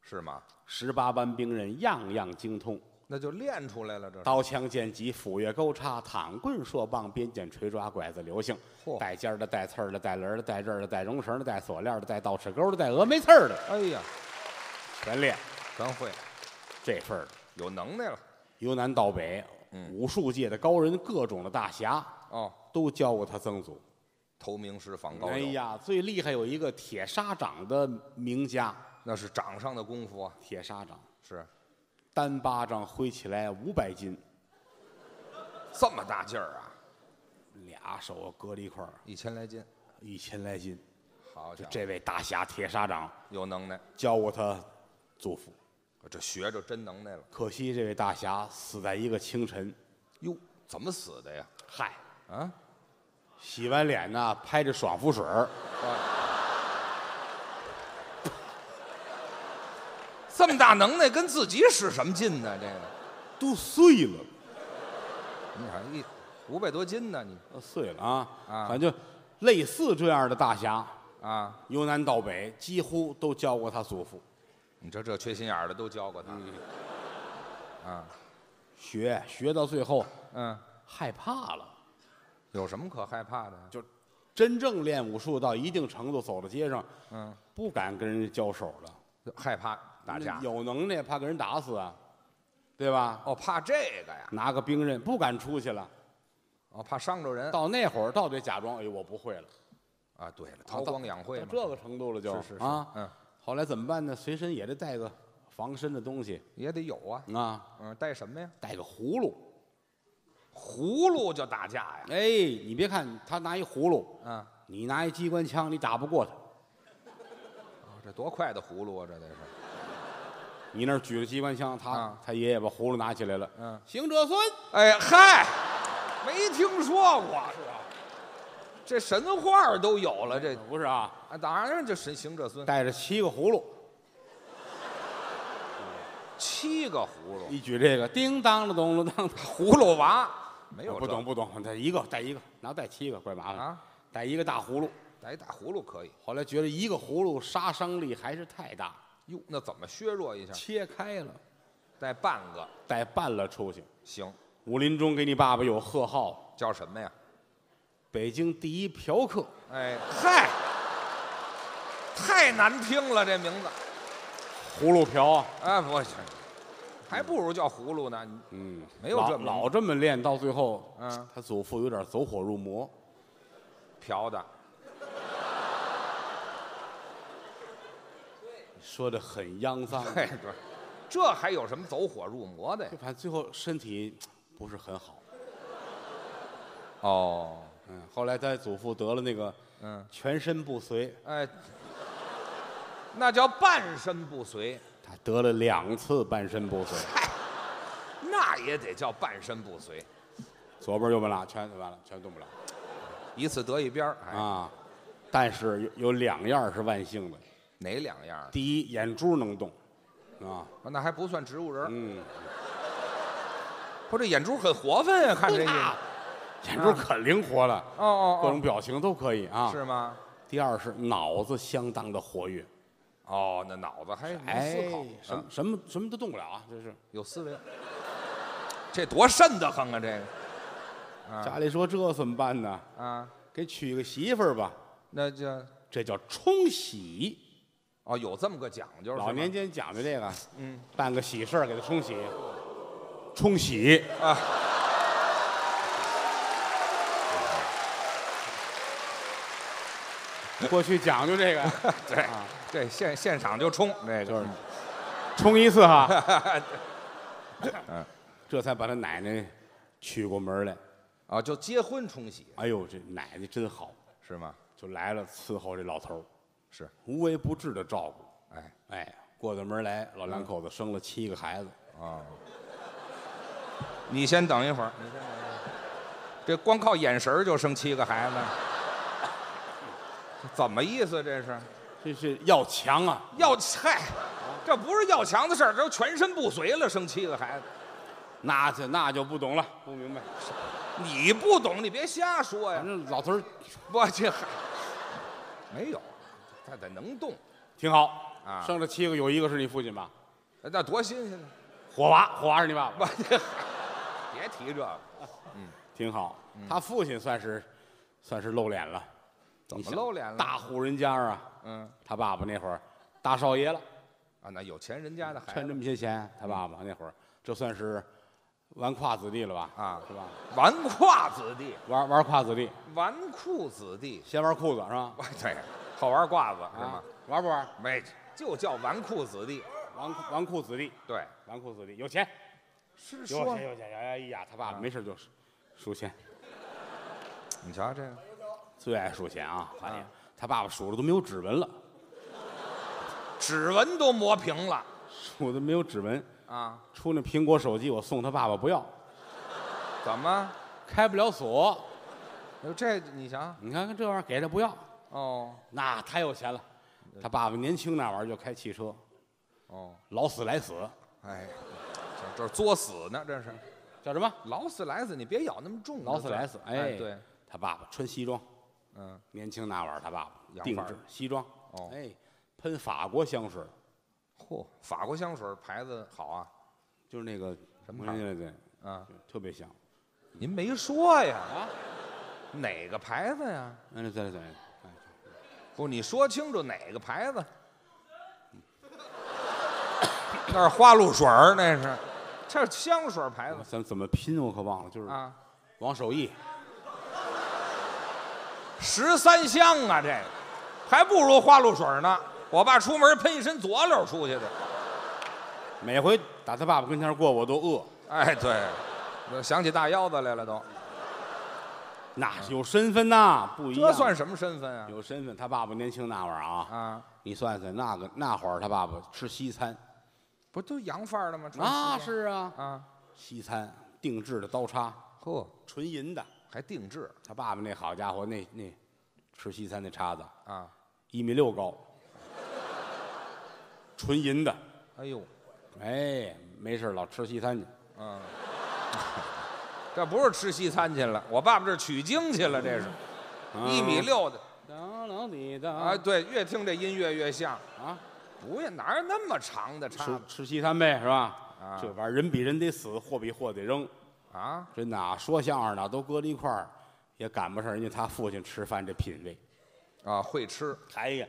Speaker 2: 是吗？
Speaker 1: 十八般兵刃样样精通。
Speaker 2: 那就练出来了，这是
Speaker 1: 刀枪剑戟斧钺钩叉躺棍槊棒鞭锏锤抓拐子流星，
Speaker 2: 嚯
Speaker 1: 带尖儿的带刺儿的带轮儿的带刃儿的带绒绳儿的带锁链儿的带倒齿钩儿的带峨眉刺儿的
Speaker 2: 哎呀，
Speaker 1: 全练
Speaker 2: 全会，
Speaker 1: 这份儿，
Speaker 2: 有能耐了。
Speaker 1: 由南到北，
Speaker 2: 嗯
Speaker 1: 武术界的高人，各种的大侠
Speaker 2: 哦，
Speaker 1: 都教过他曾祖。
Speaker 2: 投名师访嗯高手，
Speaker 1: 哎呀，最厉害有一个铁砂掌的名家，
Speaker 2: 那是掌上的功夫啊，
Speaker 1: 铁砂掌
Speaker 2: 是
Speaker 1: 单巴掌挥起来五百斤，
Speaker 2: 这么大劲儿啊，
Speaker 1: 俩手搁在一块儿
Speaker 2: 一千来斤，
Speaker 1: 一千来斤。
Speaker 2: 好
Speaker 1: 就
Speaker 2: 家伙，
Speaker 1: 这位大侠铁砂掌
Speaker 2: 有能耐，
Speaker 1: 教过他祖父，
Speaker 2: 这学着真能耐了。
Speaker 1: 可惜这位大侠死在一个清晨。
Speaker 2: 哟，怎么死的呀？
Speaker 1: 嗨，
Speaker 2: 啊，
Speaker 1: 洗完脸呢，拍着爽肤水儿
Speaker 2: 这么大能耐，跟自己使什么劲呢？这个，
Speaker 1: 都碎了，
Speaker 2: 你看一五百多斤呢，你
Speaker 1: 都碎了啊！
Speaker 2: 啊
Speaker 1: 反正类似这样的大侠，
Speaker 2: 啊，
Speaker 1: 由南到北几乎都教过他祖父
Speaker 2: 你这这缺心眼儿的都教过他，啊，
Speaker 1: 学，学到最后
Speaker 2: 嗯，
Speaker 1: 害怕了。
Speaker 2: 有什么可害怕的？
Speaker 1: 就真正练武术到一定程度，走到街上
Speaker 2: 嗯，
Speaker 1: 不敢跟人交手了，
Speaker 2: 害怕打架，
Speaker 1: 嗯有能耐怕给人打死啊，对吧？
Speaker 2: 哦，怕这个呀，
Speaker 1: 拿个兵刃不敢出去了。
Speaker 2: 哦，怕伤着人
Speaker 1: 到那会儿到得假装，哎呦，我不会了，
Speaker 2: 啊。对了，韬光养晦
Speaker 1: 哦到
Speaker 2: 嘛，
Speaker 1: 这个程度了就是
Speaker 2: 是是
Speaker 1: 啊。
Speaker 2: 嗯，
Speaker 1: 后来怎么办呢？随身也得带个防身的东西
Speaker 2: 也得有啊，
Speaker 1: 啊，
Speaker 2: 嗯，带什么呀？
Speaker 1: 带个葫芦。
Speaker 2: 葫芦就打架呀，
Speaker 1: 哎，你别看他拿一葫芦，
Speaker 2: 嗯，
Speaker 1: 你拿一机关枪，你打不过他。
Speaker 2: 哦这多快的葫芦啊，这得是，
Speaker 1: 你那儿举着机关枪，他
Speaker 2: 啊
Speaker 1: 他爷爷把葫芦拿起来了。
Speaker 2: 嗯，
Speaker 1: 行者孙，
Speaker 2: 哎嗨，没听说过，这神话儿都有了，这
Speaker 1: 不是啊，
Speaker 2: 啊当然这神行者孙
Speaker 1: 带着七个葫芦，
Speaker 2: 七个葫芦，
Speaker 1: 一举这个叮当的咚了当，
Speaker 2: 葫芦娃没有
Speaker 1: 不
Speaker 2: 这
Speaker 1: 懂不懂，带一个带一个，哪带七个怪麻烦
Speaker 2: 啊，
Speaker 1: 带一个大葫芦。
Speaker 2: 带一大葫芦可以，
Speaker 1: 后来觉得一个葫芦杀伤力还是太大，
Speaker 2: 哟，那怎么削弱一下？
Speaker 1: 切开了，
Speaker 2: 带半个
Speaker 1: 带半了出去。
Speaker 2: 行，
Speaker 1: 武林中给你爸爸有贺号，
Speaker 2: 叫什么呀？
Speaker 1: 北京第一嫖客。
Speaker 2: 哎嗨，太难听了这名字。
Speaker 1: 葫芦瓢啊，
Speaker 2: 啊，不是，还不如叫葫芦呢。你
Speaker 1: 嗯，
Speaker 2: 没有
Speaker 1: 老
Speaker 2: 这么
Speaker 1: 老这么练，到最后，
Speaker 2: 嗯，
Speaker 1: 他祖父有点走火入魔，
Speaker 2: 瓢的，
Speaker 1: 说的很肮脏，
Speaker 2: 嘿，对，这还有什么走火入魔的呀
Speaker 1: 就？反正最后身体不是很好。
Speaker 2: 哦，
Speaker 1: 嗯，后来他祖父得了那个
Speaker 2: 嗯，
Speaker 1: 全身不遂，
Speaker 2: 哎，那叫半身不遂，
Speaker 1: 他得了两次半身不遂，
Speaker 2: 那也得叫半身不遂，
Speaker 1: 左边右边拉全完了，全动不了
Speaker 2: 一次得一边儿。哎，
Speaker 1: 啊。但是有有两样是万幸的，
Speaker 2: 哪两样儿？啊
Speaker 1: 第一眼珠能动，啊，
Speaker 2: 那还不算植物人儿。
Speaker 1: 嗯，
Speaker 2: 不，这眼珠很活泛啊，看这意
Speaker 1: (laughs)
Speaker 2: 思。
Speaker 1: 啊眼珠可灵活了，
Speaker 2: 哦哦
Speaker 1: 各种表情都可以啊。
Speaker 2: 哦，是吗？
Speaker 1: 第二是脑子相当的活跃，
Speaker 2: 哦，那脑子还能思考，
Speaker 1: 哎什么
Speaker 2: 嗯
Speaker 1: 什么什么都动不了啊，这是。
Speaker 2: 有思维。这多瘆得慌啊！这个
Speaker 1: 家里说这怎么办呢？
Speaker 2: 啊，
Speaker 1: 给娶个媳妇儿吧，
Speaker 2: 那就
Speaker 1: 这叫冲喜。
Speaker 2: 哦，有这么个讲究，
Speaker 1: 老
Speaker 2: 是吗
Speaker 1: 年间讲究这个，
Speaker 2: 嗯，
Speaker 1: 办个喜事儿给他冲喜，冲喜。过去讲究这个，
Speaker 2: (laughs) 对、对，现现场啊就冲这个，
Speaker 1: 就是冲一次 (laughs) 哈，嗯这才把他奶奶娶过门来。
Speaker 2: 啊，就结婚冲喜
Speaker 1: 哎呦，这奶奶真好，
Speaker 2: 是吗？
Speaker 1: 就来了伺候这老头儿，
Speaker 2: 是，
Speaker 1: 无微不至的照顾。
Speaker 2: 哎
Speaker 1: 哎，过到门来，老两口子生了七个孩子，
Speaker 2: 啊、你先等一会儿，你先等一会儿，这光靠眼神儿就生七个孩子，这怎么意思？这是
Speaker 1: 这是要强啊！
Speaker 2: 要嗨，这不是要强的事儿，这都全身不遂了，生七个孩子，
Speaker 1: 那就那就不懂了，不明白。
Speaker 2: 你不懂，你别瞎说呀
Speaker 1: 反。正老头儿
Speaker 2: 我这还没有，他得能动，
Speaker 1: 挺好
Speaker 2: 啊
Speaker 1: 生了七个，有一个是你父亲吧？
Speaker 2: 那多新鲜呢！
Speaker 1: 火娃，火娃是你爸爸，
Speaker 2: 不，这别提这个，
Speaker 1: 挺好。
Speaker 2: 嗯
Speaker 1: 他父亲算是算是露脸了，
Speaker 2: 怎
Speaker 1: 你
Speaker 2: 么
Speaker 1: 想
Speaker 2: 露脸了？
Speaker 1: 大户人家啊，
Speaker 2: 嗯
Speaker 1: 他爸爸那会儿大少爷了，
Speaker 2: 啊，那有钱人家的孩
Speaker 1: 趁
Speaker 2: 子
Speaker 1: 这么些钱，他爸爸那会儿这算是纨绔子弟了吧？
Speaker 2: 啊
Speaker 1: 是吧？
Speaker 2: 纨绔子弟，
Speaker 1: 玩玩胯子弟，
Speaker 2: 纨绔子弟，
Speaker 1: 先玩裤子是吧？
Speaker 2: 哇，对，好玩褂子是
Speaker 1: 啊
Speaker 2: 吗？，
Speaker 1: 玩不玩？
Speaker 2: 没，就叫纨绔子弟。
Speaker 1: 纨绔纨绔子弟，
Speaker 2: 对，
Speaker 1: 纨绔子弟有钱，
Speaker 2: 是
Speaker 1: 有
Speaker 2: 说
Speaker 1: 钱，有钱，哎呀，他爸爸没事就是数钱，
Speaker 2: 你瞧这个，
Speaker 1: 最爱数钱啊！哎呀
Speaker 2: 啊，
Speaker 1: 他爸爸数的都没有指纹了，
Speaker 2: 指纹都磨平了
Speaker 1: 数的没有指纹。
Speaker 2: 啊？
Speaker 1: 出那苹果手机，我送他爸爸不要，
Speaker 2: 怎么？
Speaker 1: 开不了锁。
Speaker 2: 哎呦这你瞧
Speaker 1: 你看看这玩意儿给他不要，
Speaker 2: 哦
Speaker 1: 那太有钱了。他爸爸年轻那会儿就开汽车，
Speaker 2: 哦，
Speaker 1: 老死来死，
Speaker 2: 哎，这这作死呢，这是
Speaker 1: 叫什么？
Speaker 2: 劳斯莱斯，你别咬那么重。
Speaker 1: 劳斯莱斯。
Speaker 2: 哎，对，
Speaker 1: 他爸爸穿西装，
Speaker 2: 嗯，
Speaker 1: 年轻那会儿他爸爸
Speaker 2: 洋
Speaker 1: 定
Speaker 2: 范儿
Speaker 1: 制西装，
Speaker 2: 哦
Speaker 1: 哎，喷法国香水，
Speaker 2: 嚯，法国香水牌子好啊，
Speaker 1: 就是那个嗯
Speaker 2: 什么牌
Speaker 1: 对对对，
Speaker 2: 啊，
Speaker 1: 特别香
Speaker 2: 您没说呀？
Speaker 1: 啊。
Speaker 2: 哪个牌子呀？
Speaker 1: 嗯，对对对，哎
Speaker 2: 不，你说清楚哪个牌子？那是花露水儿，那是，这是香水牌子
Speaker 1: 咱怎么拼我可忘了，就是
Speaker 2: 啊，
Speaker 1: 王守义，
Speaker 2: 十三香啊，这个还不如花露水呢。我爸出门喷一身左溜出去的。
Speaker 1: 每回打他爸爸跟前过，我都饿，
Speaker 2: 哎，对，我想起大腰子来了都。
Speaker 1: 那是有身份呐，不一样。
Speaker 2: 啊这算什么身份啊？
Speaker 1: 有身份，他爸爸年轻那会儿啊，
Speaker 2: 啊，
Speaker 1: 你算算那个那会儿他爸爸吃西餐
Speaker 2: 不都洋范儿了吗？穿
Speaker 1: 啊，
Speaker 2: 西装
Speaker 1: 是啊，
Speaker 2: 啊，
Speaker 1: 西餐定制的刀叉，
Speaker 2: 呵，
Speaker 1: 纯银的。
Speaker 2: 还定制
Speaker 1: 他爸爸那好家伙，那那吃西餐那叉子
Speaker 2: 啊？
Speaker 1: 一米六高，纯银的。
Speaker 2: 哎呦，
Speaker 1: 哎，没事儿老吃西餐去。
Speaker 2: 嗯，这不是吃西餐去了，我爸爸这是取经去了，这是一米六的
Speaker 1: 当啷你的
Speaker 2: 啊。对，越听这音乐越像，
Speaker 1: 啊，
Speaker 2: 不呀，哪有那么长的叉
Speaker 1: 吃
Speaker 2: 子
Speaker 1: 吃西餐呗，是吧？
Speaker 2: 啊
Speaker 1: 这玩意儿人比人得死，货比货得扔，
Speaker 2: 啊？
Speaker 1: 真的啊！说相声的都搁在一块儿，也赶不上人家他父亲吃饭这品味。
Speaker 2: 啊，会吃，
Speaker 1: 哎呀，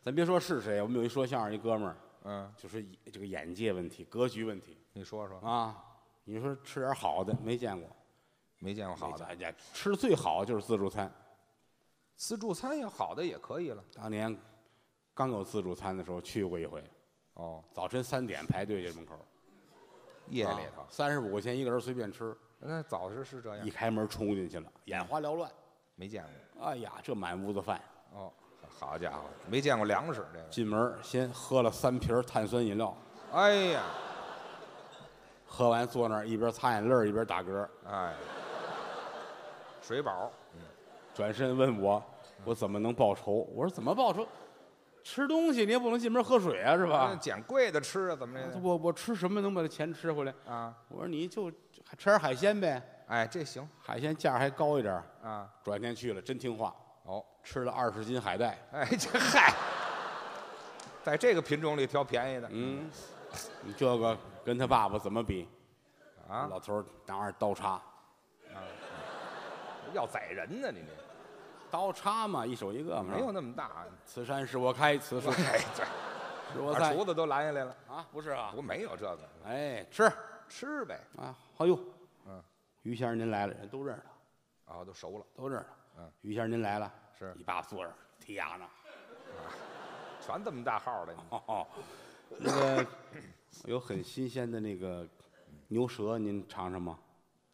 Speaker 1: 咱别说是谁，我们有一说相声一哥们儿，
Speaker 2: 嗯，
Speaker 1: 就是以这个眼界问题、格局问题
Speaker 2: 你说说，
Speaker 1: 啊。你说吃点好的没见过，
Speaker 2: 没见过好的，
Speaker 1: 哎呀，吃最好就是自助餐。
Speaker 2: 自助餐要好的也可以了。
Speaker 1: 当年刚有自助餐的时候去过一回，
Speaker 2: 哦，
Speaker 1: 早晨三点排队去门
Speaker 2: 啊
Speaker 1: 口，
Speaker 2: 夜里头，
Speaker 1: 三十五块钱一个人随便吃，
Speaker 2: 那早时是这样
Speaker 1: 一，开门冲进去了，眼花缭乱。
Speaker 2: 没见过。
Speaker 1: 哎呀，这满屋子饭，
Speaker 2: 哦，好家伙，没见过粮食这个。
Speaker 1: 进门先喝了三瓶碳酸饮料，
Speaker 2: 哎呀，
Speaker 1: 喝完坐那儿一边擦眼泪儿一边打嗝，
Speaker 2: 哎，水饱，
Speaker 1: 转身问我，我怎么能报仇？我说怎么报仇？吃东西你也不能进门喝水啊，是
Speaker 2: 那
Speaker 1: 吧？
Speaker 2: 捡贵的吃啊，怎么着
Speaker 1: 我我吃什么能把这钱吃回来？
Speaker 2: 啊？
Speaker 1: 我说你就还吃点海鲜呗，
Speaker 2: 哎，这行
Speaker 1: 海鲜价还高一点儿。
Speaker 2: 啊。
Speaker 1: 转天去了，真听话，
Speaker 2: 哦，
Speaker 1: 吃了二十斤海带。
Speaker 2: 哎，这嗨，在这个品种里挑便宜的
Speaker 1: 嗯，你这个跟他爸爸怎么比？
Speaker 2: 啊，
Speaker 1: 老头儿拿着刀叉，
Speaker 2: 要宰人呢，你这
Speaker 1: 刀叉嘛，一手一个嘛。
Speaker 2: 没有那
Speaker 1: (laughs)
Speaker 2: 么大。
Speaker 1: 此山是我开，此树
Speaker 2: 哎，对，
Speaker 1: 是我
Speaker 2: 把
Speaker 1: 栽
Speaker 2: 厨子都拦下来了。
Speaker 1: 啊，不是啊。
Speaker 2: 我没有这个，
Speaker 1: 哎，吃
Speaker 2: 吃呗。
Speaker 1: 啊！哎呦，
Speaker 2: 嗯，
Speaker 1: 于先生您来了，人都认识他。
Speaker 2: 啊，都熟了，
Speaker 1: 都认识。
Speaker 2: 嗯，
Speaker 1: 于先生您来了，
Speaker 2: 是
Speaker 1: 你爸坐着剔牙呢。
Speaker 2: 全这么大号的，你
Speaker 1: 哦哦，那个有很新鲜的那个牛舌，您尝尝吗？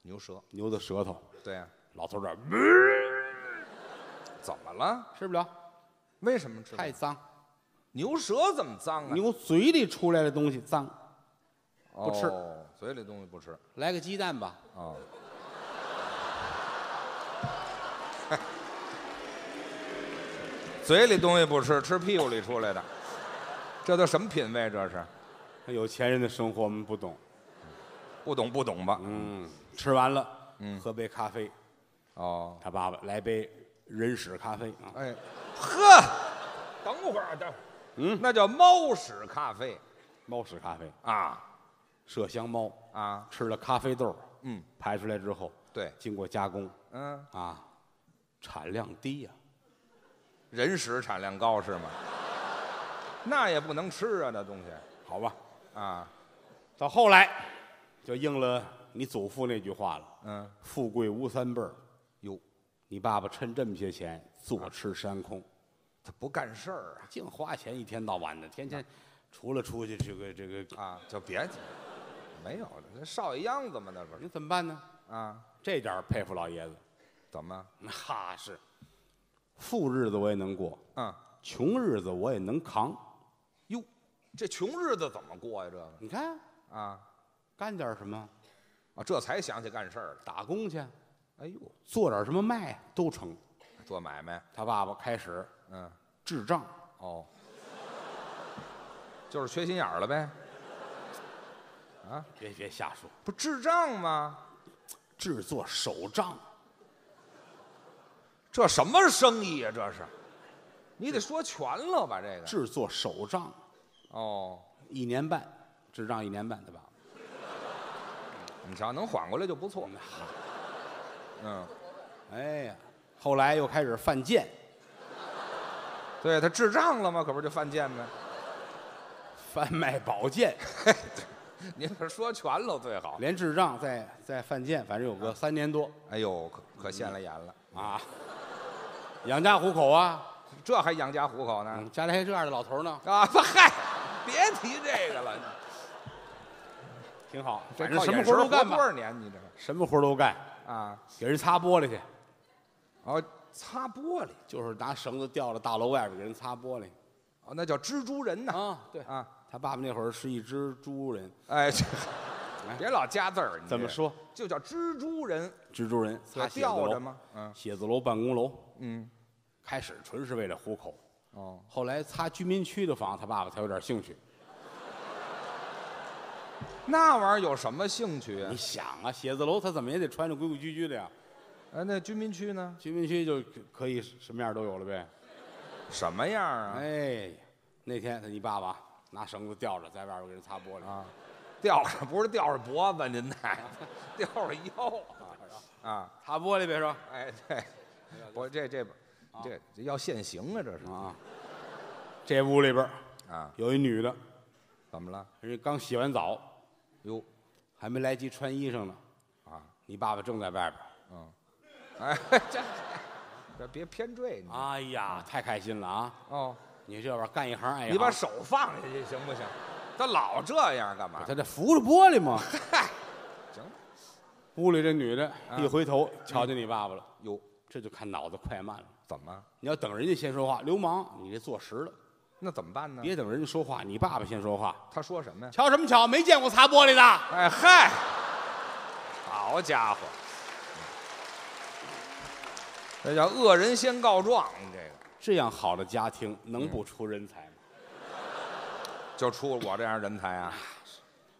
Speaker 2: 牛舌。
Speaker 1: 牛的舌头，
Speaker 2: 对呀，
Speaker 1: 老头儿这儿
Speaker 2: 怎么了？
Speaker 1: 吃不了，
Speaker 2: 为什么吃？
Speaker 1: 太脏。
Speaker 2: 牛舌怎么脏啊？
Speaker 1: 牛嘴里出来的东西脏，不吃
Speaker 2: 哦，嘴里东西不吃。
Speaker 1: 来个鸡蛋吧。
Speaker 2: 哦，嘴里东西不吃，吃屁股里出来的，这都什么品味？这是
Speaker 1: 有钱人的生活我们不懂。
Speaker 2: 不懂不懂吧？
Speaker 1: 嗯，吃完了，喝杯咖啡。
Speaker 2: 哦，
Speaker 1: 他爸爸来杯人屎咖啡啊，
Speaker 2: 哎，呵，等会儿，等会儿，嗯，那叫猫屎咖啡
Speaker 1: 猫屎咖啡。
Speaker 2: 啊，
Speaker 1: 麝香猫
Speaker 2: 啊，
Speaker 1: 吃了咖啡豆，
Speaker 2: 嗯，
Speaker 1: 排出来之后，
Speaker 2: 对，
Speaker 1: 经过加工
Speaker 2: 嗯，
Speaker 1: 啊，产量低呀、
Speaker 2: 人食产量高是吗？那也不能吃啊，那东西
Speaker 1: 好吧。
Speaker 2: 啊，
Speaker 1: 到后来，就应了你祖父那句话了
Speaker 2: 嗯，：“
Speaker 1: 富贵无三辈儿。
Speaker 2: 哟，”
Speaker 1: 你爸爸趁这么些钱坐吃山空，
Speaker 2: 他不干事儿啊
Speaker 1: 净花钱，一天到晚的，天天除了出去这个这个，
Speaker 2: 啊，就别提没有了，那少爷秧子嘛，那不是
Speaker 1: 你怎么办呢？
Speaker 2: 啊？
Speaker 1: 这点儿佩服老爷子， (laughs)
Speaker 2: 怎么？
Speaker 1: 那是富日子我也能过，
Speaker 2: 嗯，
Speaker 1: 穷日子我也能扛。
Speaker 2: 哟，这穷日子怎么过呀？这个
Speaker 1: 你看，
Speaker 2: 啊
Speaker 1: 干点什么，
Speaker 2: 啊，这才想起干事儿了。
Speaker 1: 打工去，
Speaker 2: 哎呦，
Speaker 1: 做点什么卖都成。
Speaker 2: 做买卖，
Speaker 1: 他爸爸开始
Speaker 2: 嗯，
Speaker 1: 智障，
Speaker 2: 哦，就是缺心眼儿了呗？
Speaker 1: 别别瞎说，
Speaker 2: 不智障吗？
Speaker 1: 制作手账，
Speaker 2: 这什么生意呀、这是，你得说全了吧？这个
Speaker 1: 制作手账，
Speaker 2: 哦，
Speaker 1: 一年半，智障一年半，他爸爸。
Speaker 2: 你瞧，能缓过来就不错。嗯，
Speaker 1: (laughs) 哎呀，后来又开始犯贱，
Speaker 2: 对他智障了吗？可不就犯贱呗？ (laughs)
Speaker 1: 贩卖宝剑，
Speaker 2: 您这说全了最好。
Speaker 1: 连智障再再犯贱，反正有个三年多
Speaker 2: 哎呦，可可现了眼了，
Speaker 1: 啊，养家糊口啊，
Speaker 2: 这还养家糊口呢。
Speaker 1: 嗯，家里还这样的老头呢，
Speaker 2: 啊， (laughs) 不嗨，别提这个了，
Speaker 1: 挺好，
Speaker 2: 这
Speaker 1: 反正
Speaker 2: 靠
Speaker 1: 什么
Speaker 2: 眼
Speaker 1: 活
Speaker 2: 神
Speaker 1: 都干
Speaker 2: 活多
Speaker 1: 吧，
Speaker 2: 少年？你这个
Speaker 1: 什么活都干，
Speaker 2: 啊，
Speaker 1: 给人擦玻璃去，
Speaker 2: 哦，擦玻璃，
Speaker 1: 就是拿绳子吊到大楼外边给人擦玻璃
Speaker 2: 哦，那叫蜘蛛人呐。
Speaker 1: 啊，对
Speaker 2: 啊，
Speaker 1: 他爸爸那会儿是一只猪人，
Speaker 2: 哎， (laughs) 这别老加字儿，你这
Speaker 1: 哎怎么说？
Speaker 2: 就叫蜘蛛人，
Speaker 1: 蜘蛛人
Speaker 2: 对
Speaker 1: 擦写字
Speaker 2: 吊着
Speaker 1: 楼，
Speaker 2: 吗？嗯
Speaker 1: 写字楼办公楼，
Speaker 2: 嗯，
Speaker 1: 开始纯是为了糊口，
Speaker 2: 哦，
Speaker 1: 后来擦居民区的房，他爸爸才有点兴趣。
Speaker 2: 那玩意儿有什么兴趣啊
Speaker 1: 你？想啊，写字楼他怎么也得穿着规规矩矩的呀，
Speaker 2: 哎，那居民区呢？
Speaker 1: 居民区就可可以什么样都有了呗。
Speaker 2: 什么样啊？
Speaker 1: 哎，那天他你爸爸拿绳子吊着，在外边给人擦玻璃
Speaker 2: 啊，吊着不是吊着脖子，您那 (laughs) 吊着腰啊。
Speaker 1: 擦玻璃别说
Speaker 2: 哎，对，我这这这这要现行啊，这是
Speaker 1: 啊，这屋里边儿
Speaker 2: 啊？
Speaker 1: 有一女的，
Speaker 2: 怎么了？
Speaker 1: 人家刚洗完澡，
Speaker 2: 哟，
Speaker 1: 还没来及穿衣裳呢，
Speaker 2: 啊，
Speaker 1: 你爸爸正在外边儿。
Speaker 2: 嗯，哎，这这别偏坠你
Speaker 1: 哎呀，太开心了啊！
Speaker 2: 哦，
Speaker 1: 你这玩意儿干一行爱一行，
Speaker 2: 你把手放下去行不行？他老这样干嘛？
Speaker 1: 他这扶着玻璃嘛。
Speaker 2: 行，
Speaker 1: 屋里这女的一回头，瞧见你爸爸了，
Speaker 2: 哟，
Speaker 1: 这就看脑子快慢了。
Speaker 2: 怎么？
Speaker 1: 你要等人家先说话，流氓，你这坐实了。
Speaker 2: 那怎么办呢？
Speaker 1: 别等人家说话，你爸爸先说话。
Speaker 2: 他说什么呀？
Speaker 1: 嗯瞧什么瞧？没见过擦玻璃的。
Speaker 2: (laughs) 哎嗨，好家伙，嗯这叫恶人先告状，这个
Speaker 1: 这样好的家庭能不出人才吗？
Speaker 2: 就出我这样人才啊，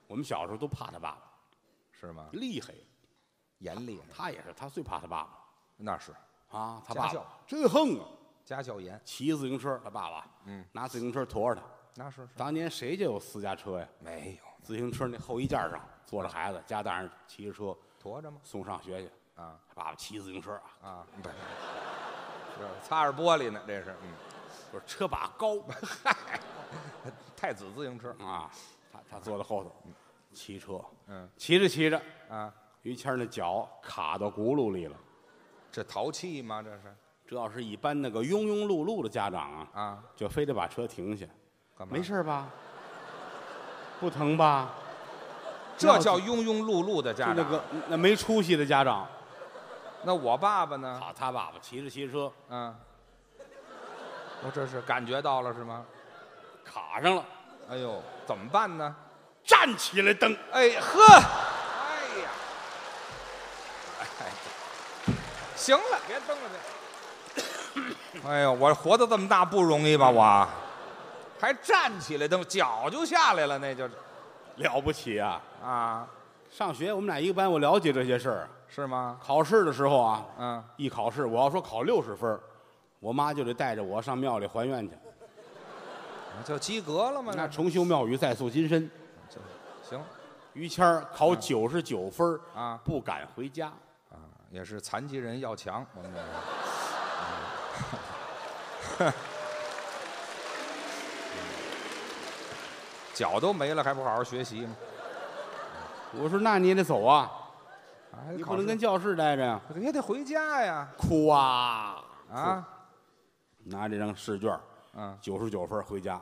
Speaker 1: 我们小时候都怕他爸爸，
Speaker 2: 是吗？
Speaker 1: 厉害。
Speaker 2: 严厉，啊
Speaker 1: 他也是，他最怕他爸爸
Speaker 2: 那是
Speaker 1: 啊，他
Speaker 2: 家
Speaker 1: 爸
Speaker 2: 教
Speaker 1: 爸真横啊。
Speaker 2: 家教严，
Speaker 1: 骑自行车，他爸爸，嗯，拿自行车驮着他。
Speaker 2: 那是
Speaker 1: 当年谁家有私家车呀？
Speaker 2: 没有
Speaker 1: 自行车那后衣架上坐着孩子，家大人骑着车
Speaker 2: 驮着吗？
Speaker 1: 送上学去。
Speaker 2: 啊
Speaker 1: 他爸爸骑自行车啊，
Speaker 2: 啊，不是，这擦着玻璃呢，这是，嗯， (laughs)
Speaker 1: 就是车把 (laughs) 高
Speaker 2: 太子自行车
Speaker 1: 啊，他他坐在后头骑车，
Speaker 2: 嗯，
Speaker 1: 骑着骑着，
Speaker 2: 啊，
Speaker 1: 于谦儿那脚卡到轱辘里了。
Speaker 2: 这淘气吗？这是
Speaker 1: 这要是一般那个庸庸碌碌的家长啊，
Speaker 2: 啊，
Speaker 1: 就非得把车停下，
Speaker 2: 干嘛？
Speaker 1: 没，事儿吧？ (laughs) 不疼吧？
Speaker 2: 这叫庸庸碌碌的
Speaker 1: 就
Speaker 2: 家
Speaker 1: 那
Speaker 2: 长。
Speaker 1: 个那没出息的家长。
Speaker 2: 那我爸爸呢？
Speaker 1: 好，他爸爸骑着骑着车
Speaker 2: 嗯，我这是感觉到了是吗？
Speaker 1: 卡上了，
Speaker 2: 哎呦，怎么办呢？
Speaker 1: 站起来蹬，
Speaker 2: 哎呵，哎呀，哎，行了，别蹬了这。哎呦，我活到这么大不容易吧？我还站起来蹬，脚就下来了，那就是
Speaker 1: 了不起啊！
Speaker 2: 啊，
Speaker 1: 上学我们俩一个班，我了解这些事儿。啊
Speaker 2: 是吗？
Speaker 1: 考试的时候啊，
Speaker 2: 嗯，
Speaker 1: 一考试，我要说考六十分儿，我妈就得带着我上庙里还愿去，
Speaker 2: 就及格了吗？
Speaker 1: 那重修庙宇，再塑金身。
Speaker 2: 就行，
Speaker 1: 于谦儿考九十九分儿
Speaker 2: 啊
Speaker 1: 不敢回家。
Speaker 2: 啊，也是残疾人要强，我们 (laughs) 嗯这个。 (laughs) 脚都没了，还不好好学习吗？
Speaker 1: 我说那你也得走啊，
Speaker 2: 啊
Speaker 1: 你不能跟教室待着呀。
Speaker 2: 也得回家呀！
Speaker 1: 哭啊！
Speaker 2: 啊，
Speaker 1: 拿这张试卷，
Speaker 2: 嗯，
Speaker 1: 九十九分儿回家。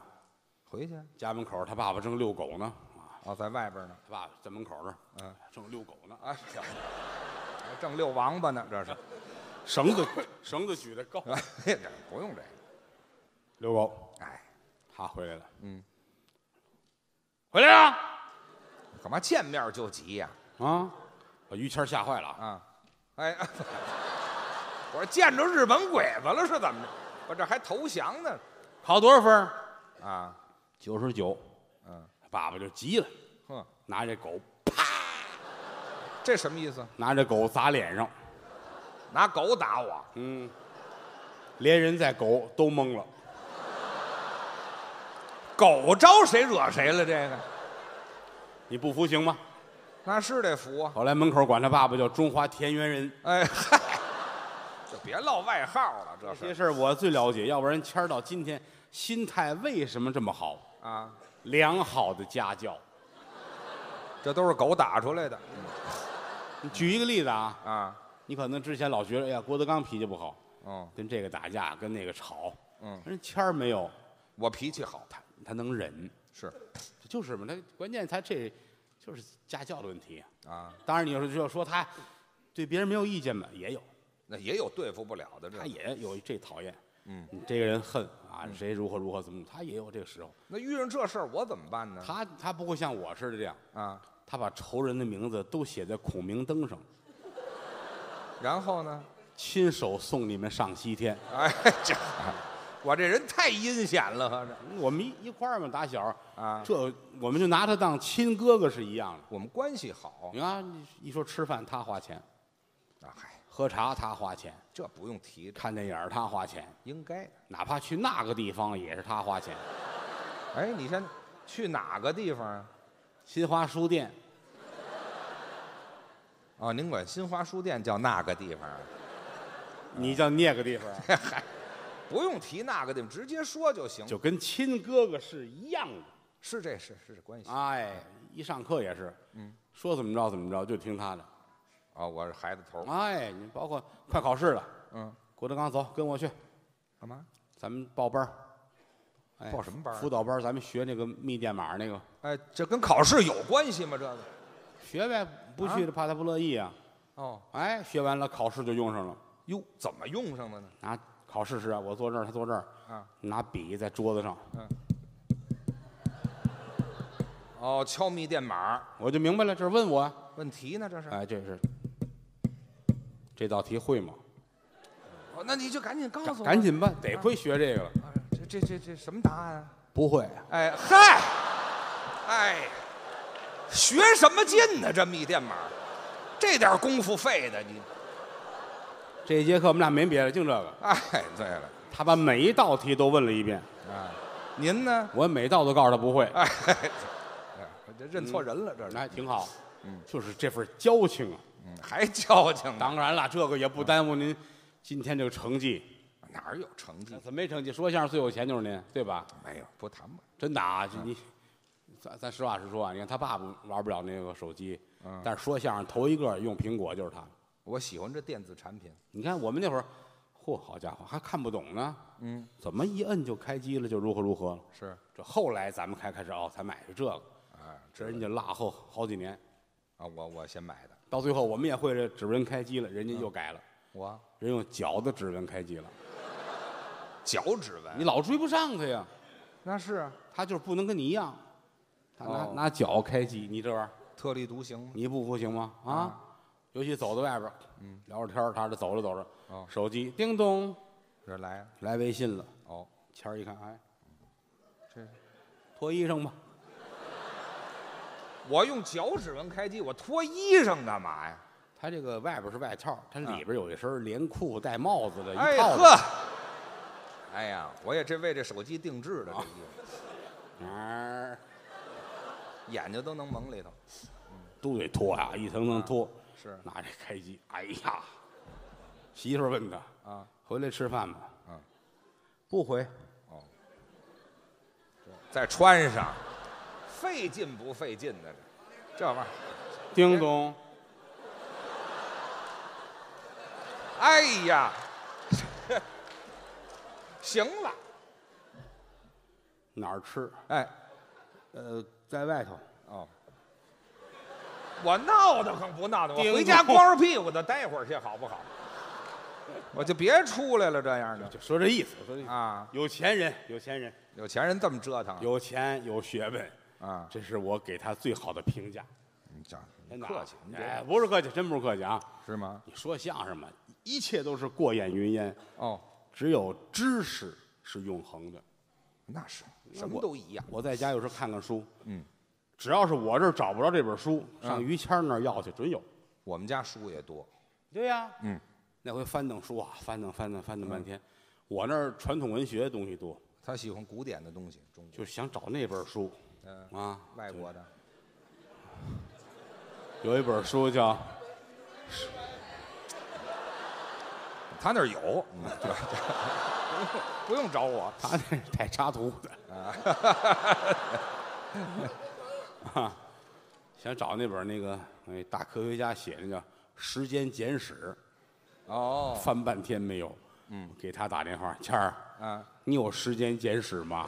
Speaker 2: 回去啊，
Speaker 1: 家门口他爸爸正遛狗呢，啊，
Speaker 2: 哦在外边呢。
Speaker 1: 他爸爸在门口这儿，哎
Speaker 2: 嗯，
Speaker 1: 正遛狗呢，
Speaker 2: 啊，正遛王八呢，这是。 (laughs)
Speaker 1: 绳子绳子举得高，
Speaker 2: 哎，这不用这个。
Speaker 1: 遛狗，
Speaker 2: 哎，
Speaker 1: 他回来了，
Speaker 2: 嗯，
Speaker 1: 回来了
Speaker 2: 干嘛见面就急呀、
Speaker 1: 啊，把于谦儿吓坏了
Speaker 2: 啊？
Speaker 1: 啊，
Speaker 2: 哎， (laughs) 啊我说见着日本鬼子了是怎么着？我这还投降呢。
Speaker 1: 考多少分？
Speaker 2: 啊，
Speaker 1: 九十九，
Speaker 2: 嗯，
Speaker 1: 爸爸就急了，
Speaker 2: 哼，
Speaker 1: 拿这狗
Speaker 2: 这什么意思？
Speaker 1: 拿这狗砸脸上，
Speaker 2: 拿狗打我？
Speaker 1: 嗯，连人带狗都懵了，
Speaker 2: 狗招谁惹谁了？这个
Speaker 1: 你不服行吗？
Speaker 2: 那是得服啊！
Speaker 1: 后来门口管他爸爸叫中华田园人，
Speaker 2: 哎嗨，就别落外号了，这
Speaker 1: 这
Speaker 2: 是
Speaker 1: 事儿我最了解，要不然谦儿到今天心态为什么这么好？
Speaker 2: 啊，
Speaker 1: 良好的家教。
Speaker 2: 这都是狗打出来的
Speaker 1: 你举一个例子啊，
Speaker 2: 啊。
Speaker 1: 你可能之前老觉得，哎呀，郭德纲脾气不好，
Speaker 2: 嗯
Speaker 1: 跟这个打架，跟那个吵，
Speaker 2: 嗯，
Speaker 1: 人谦儿没有，
Speaker 2: 我脾气好，
Speaker 1: 他他能忍，
Speaker 2: 是
Speaker 1: 这就是嘛，他关键他这就是家教的问题。
Speaker 2: 啊，
Speaker 1: 当然，你要是要说他对别人没有意见吧，也有，
Speaker 2: 那也有对付不了的这
Speaker 1: 他
Speaker 2: 个。
Speaker 1: 也有这讨厌，
Speaker 2: 嗯，
Speaker 1: 你这个人恨啊，谁如何如何怎么，他也有这个时候，
Speaker 2: 那遇上这事儿我怎么办呢？
Speaker 1: 他他不会像我似的这样，
Speaker 2: 啊，
Speaker 1: 他把仇人的名字都写在孔明灯上，
Speaker 2: 然后呢？
Speaker 1: 亲手送你们上西天。
Speaker 2: 哎， (laughs) 这我这人太阴险了，合着
Speaker 1: 我们一一块儿嘛，打小
Speaker 2: 啊
Speaker 1: 这我们就拿他当亲哥哥是一样的。
Speaker 2: 我们关系好
Speaker 1: 你看，你一说吃饭他花钱，
Speaker 2: 啊，嗨，
Speaker 1: 喝茶他花钱，
Speaker 2: 这不用提，这
Speaker 1: 看电影儿他花钱，
Speaker 2: 应该的。
Speaker 1: 哪怕去那个地方也是他花钱。
Speaker 2: 哎，你先去哪个地方啊？
Speaker 1: 新华书店
Speaker 2: 哦，您管新华书店叫那个地方啊？
Speaker 1: 你叫那个地方啊，
Speaker 2: 不用提那个地方，直接说就行。
Speaker 1: 就跟亲哥哥是一样的。
Speaker 2: 是这是是这关系啊、
Speaker 1: 哎，一上课也是，嗯，说怎么着怎么着就听他的。
Speaker 2: 哦我是孩子头儿，
Speaker 1: 哎，你包括快考试了，
Speaker 2: 嗯，
Speaker 1: 郭德纲走，跟我去，
Speaker 2: 干嘛？
Speaker 1: 咱们报班儿。哎
Speaker 2: 报什么班儿啊
Speaker 1: 辅导班儿，咱们学那个密电码那个。
Speaker 2: 哎，这跟考试有关系吗？这个？
Speaker 1: 学呗，不去的怕他不乐意啊。
Speaker 2: 哦，
Speaker 1: 哎，学完了考试就用上了，
Speaker 2: 哟，怎么用上的呢？
Speaker 1: 拿考试时啊，我坐这儿，他坐这儿，
Speaker 2: 啊，
Speaker 1: 拿笔在桌子上，
Speaker 2: 哦，敲密电码，
Speaker 1: 我就明白了，这是问我，啊
Speaker 2: 问题呢？这是？
Speaker 1: 哎，这是这道题会吗？
Speaker 2: 哦，那你就赶紧告诉我，
Speaker 1: 赶紧吧，得亏学这个了，
Speaker 2: 啊。这这这这什么答案啊？
Speaker 1: 不会，
Speaker 2: 哎嗨，哎，学什么劲呢？这密电码，这点功夫费的你。
Speaker 1: 这一节课我们俩没别的，净这个。
Speaker 2: 哎，对了，
Speaker 1: 他把每一道题都问了一遍，
Speaker 2: 啊，您呢？
Speaker 1: 我每一道都告诉他不会，
Speaker 2: 哎，我这认错人了，这是
Speaker 1: 那还挺好。
Speaker 2: 嗯，
Speaker 1: 就是这份交情啊。
Speaker 2: 嗯 (laughs) 还矫情呢？
Speaker 1: 当然了，这个也不耽误您今天这个成绩。
Speaker 2: 哪儿有成绩？
Speaker 1: 怎么没成绩？说相声最有钱就是您，对吧？
Speaker 2: 没有，不谈吧。
Speaker 1: 真的啊，就你，咱咱实话实说啊，你看他爸爸玩不了那个手机，
Speaker 2: 嗯
Speaker 1: 但是说相声头一个用苹果就是他。
Speaker 2: 我喜欢这电子产品，
Speaker 1: 你看我们那会儿，嚯，好家伙，还看不懂呢，
Speaker 2: 嗯，
Speaker 1: 怎么一摁就开机了，就如何如何了？
Speaker 2: 是
Speaker 1: 这后来咱们才开始哦，才买的这个，
Speaker 2: 啊，
Speaker 1: 这人家落后好几年，
Speaker 2: 啊，我我先买的，
Speaker 1: 到最后我们也会这指纹开机了，人家又改了，
Speaker 2: 我
Speaker 1: 人用脚的指纹开机了，
Speaker 2: 脚指纹，
Speaker 1: 你老追不上他呀，
Speaker 2: 那是啊
Speaker 1: 他就是不能跟你一样，他拿
Speaker 2: 哦
Speaker 1: 拿脚开机，你这玩意儿。
Speaker 2: 特立独行吗？
Speaker 1: 你不服行吗？啊，尤其走到外边，嗯，聊着天儿他这走着走着，
Speaker 2: 哦
Speaker 1: 手机叮咚
Speaker 2: 这来了，
Speaker 1: 来微信了，
Speaker 2: 哦，
Speaker 1: 谦儿一看，哎，
Speaker 2: 这
Speaker 1: 脱衣裳吧，
Speaker 2: 我用脚指纹开机，我脱衣裳干嘛呀？
Speaker 1: 他这个外边是外套，他里边有一身连裤带帽子的
Speaker 2: 哎
Speaker 1: 一套的， (laughs)
Speaker 2: 呵，哎呀，我也这为这手机定
Speaker 1: 啊
Speaker 2: 制的这衣服，
Speaker 1: 哎，
Speaker 2: 眼睛都能蒙里头。
Speaker 1: 都得脱呀、一层层脱。
Speaker 2: 是
Speaker 1: 拿着开机，哎呀，媳妇儿问他
Speaker 2: 啊，
Speaker 1: 回来吃饭吗？
Speaker 2: 啊，
Speaker 1: 不回，
Speaker 2: 再穿上，费劲不费劲的这，这玩意儿，
Speaker 1: 叮咚，
Speaker 2: 哎呀， (laughs) 行了，
Speaker 1: 哪儿吃？
Speaker 2: 哎，
Speaker 1: 呃，在外头。
Speaker 2: 哦，我闹得慌不闹得慌，
Speaker 1: 叮
Speaker 2: 我
Speaker 1: 咚
Speaker 2: 回家光着屁股的待会儿去好不好？我就别出来了，这样的
Speaker 1: 就说这意思，说这意思。
Speaker 2: 啊，
Speaker 1: 有钱人，有钱人，
Speaker 2: 有钱人这么折腾
Speaker 1: 有钱有学问，
Speaker 2: 啊，
Speaker 1: 这是我给他最好的评价。
Speaker 2: 你嗯讲
Speaker 1: 真的啊
Speaker 2: 客气，你
Speaker 1: 哎，
Speaker 2: 这
Speaker 1: 不是客气，真不是客气啊！
Speaker 2: 是吗？
Speaker 1: 你说相声嘛，一切都是过眼云烟，
Speaker 2: 哦，
Speaker 1: 只有知识是永恒的。
Speaker 2: 那是什么都一样，
Speaker 1: 我在家有时候看看书，
Speaker 2: 嗯，
Speaker 1: 只要是我这儿找不着这本书，上于谦儿那儿要去，准有。
Speaker 2: 我们家书也多，
Speaker 1: 对呀，
Speaker 2: 嗯，
Speaker 1: 那回翻腾书啊，翻腾翻腾翻腾半天，我那儿传统文学东西多，
Speaker 2: 他喜欢古典的东西，中国，
Speaker 1: 就想找那本书
Speaker 2: 嗯，
Speaker 1: 啊。
Speaker 2: 外国的，
Speaker 1: 有一本书叫 (laughs)
Speaker 2: 他那儿有，嗯对 (laughs) 不用找我，
Speaker 1: 他那是带插图的啊， (laughs) 啊想找那本那个那大科学家写那叫《时间简史
Speaker 2: 哦》，，
Speaker 1: 翻半天没有。嗯，给他打电话，谦儿，
Speaker 2: 啊，
Speaker 1: 你有《时间简史》吗？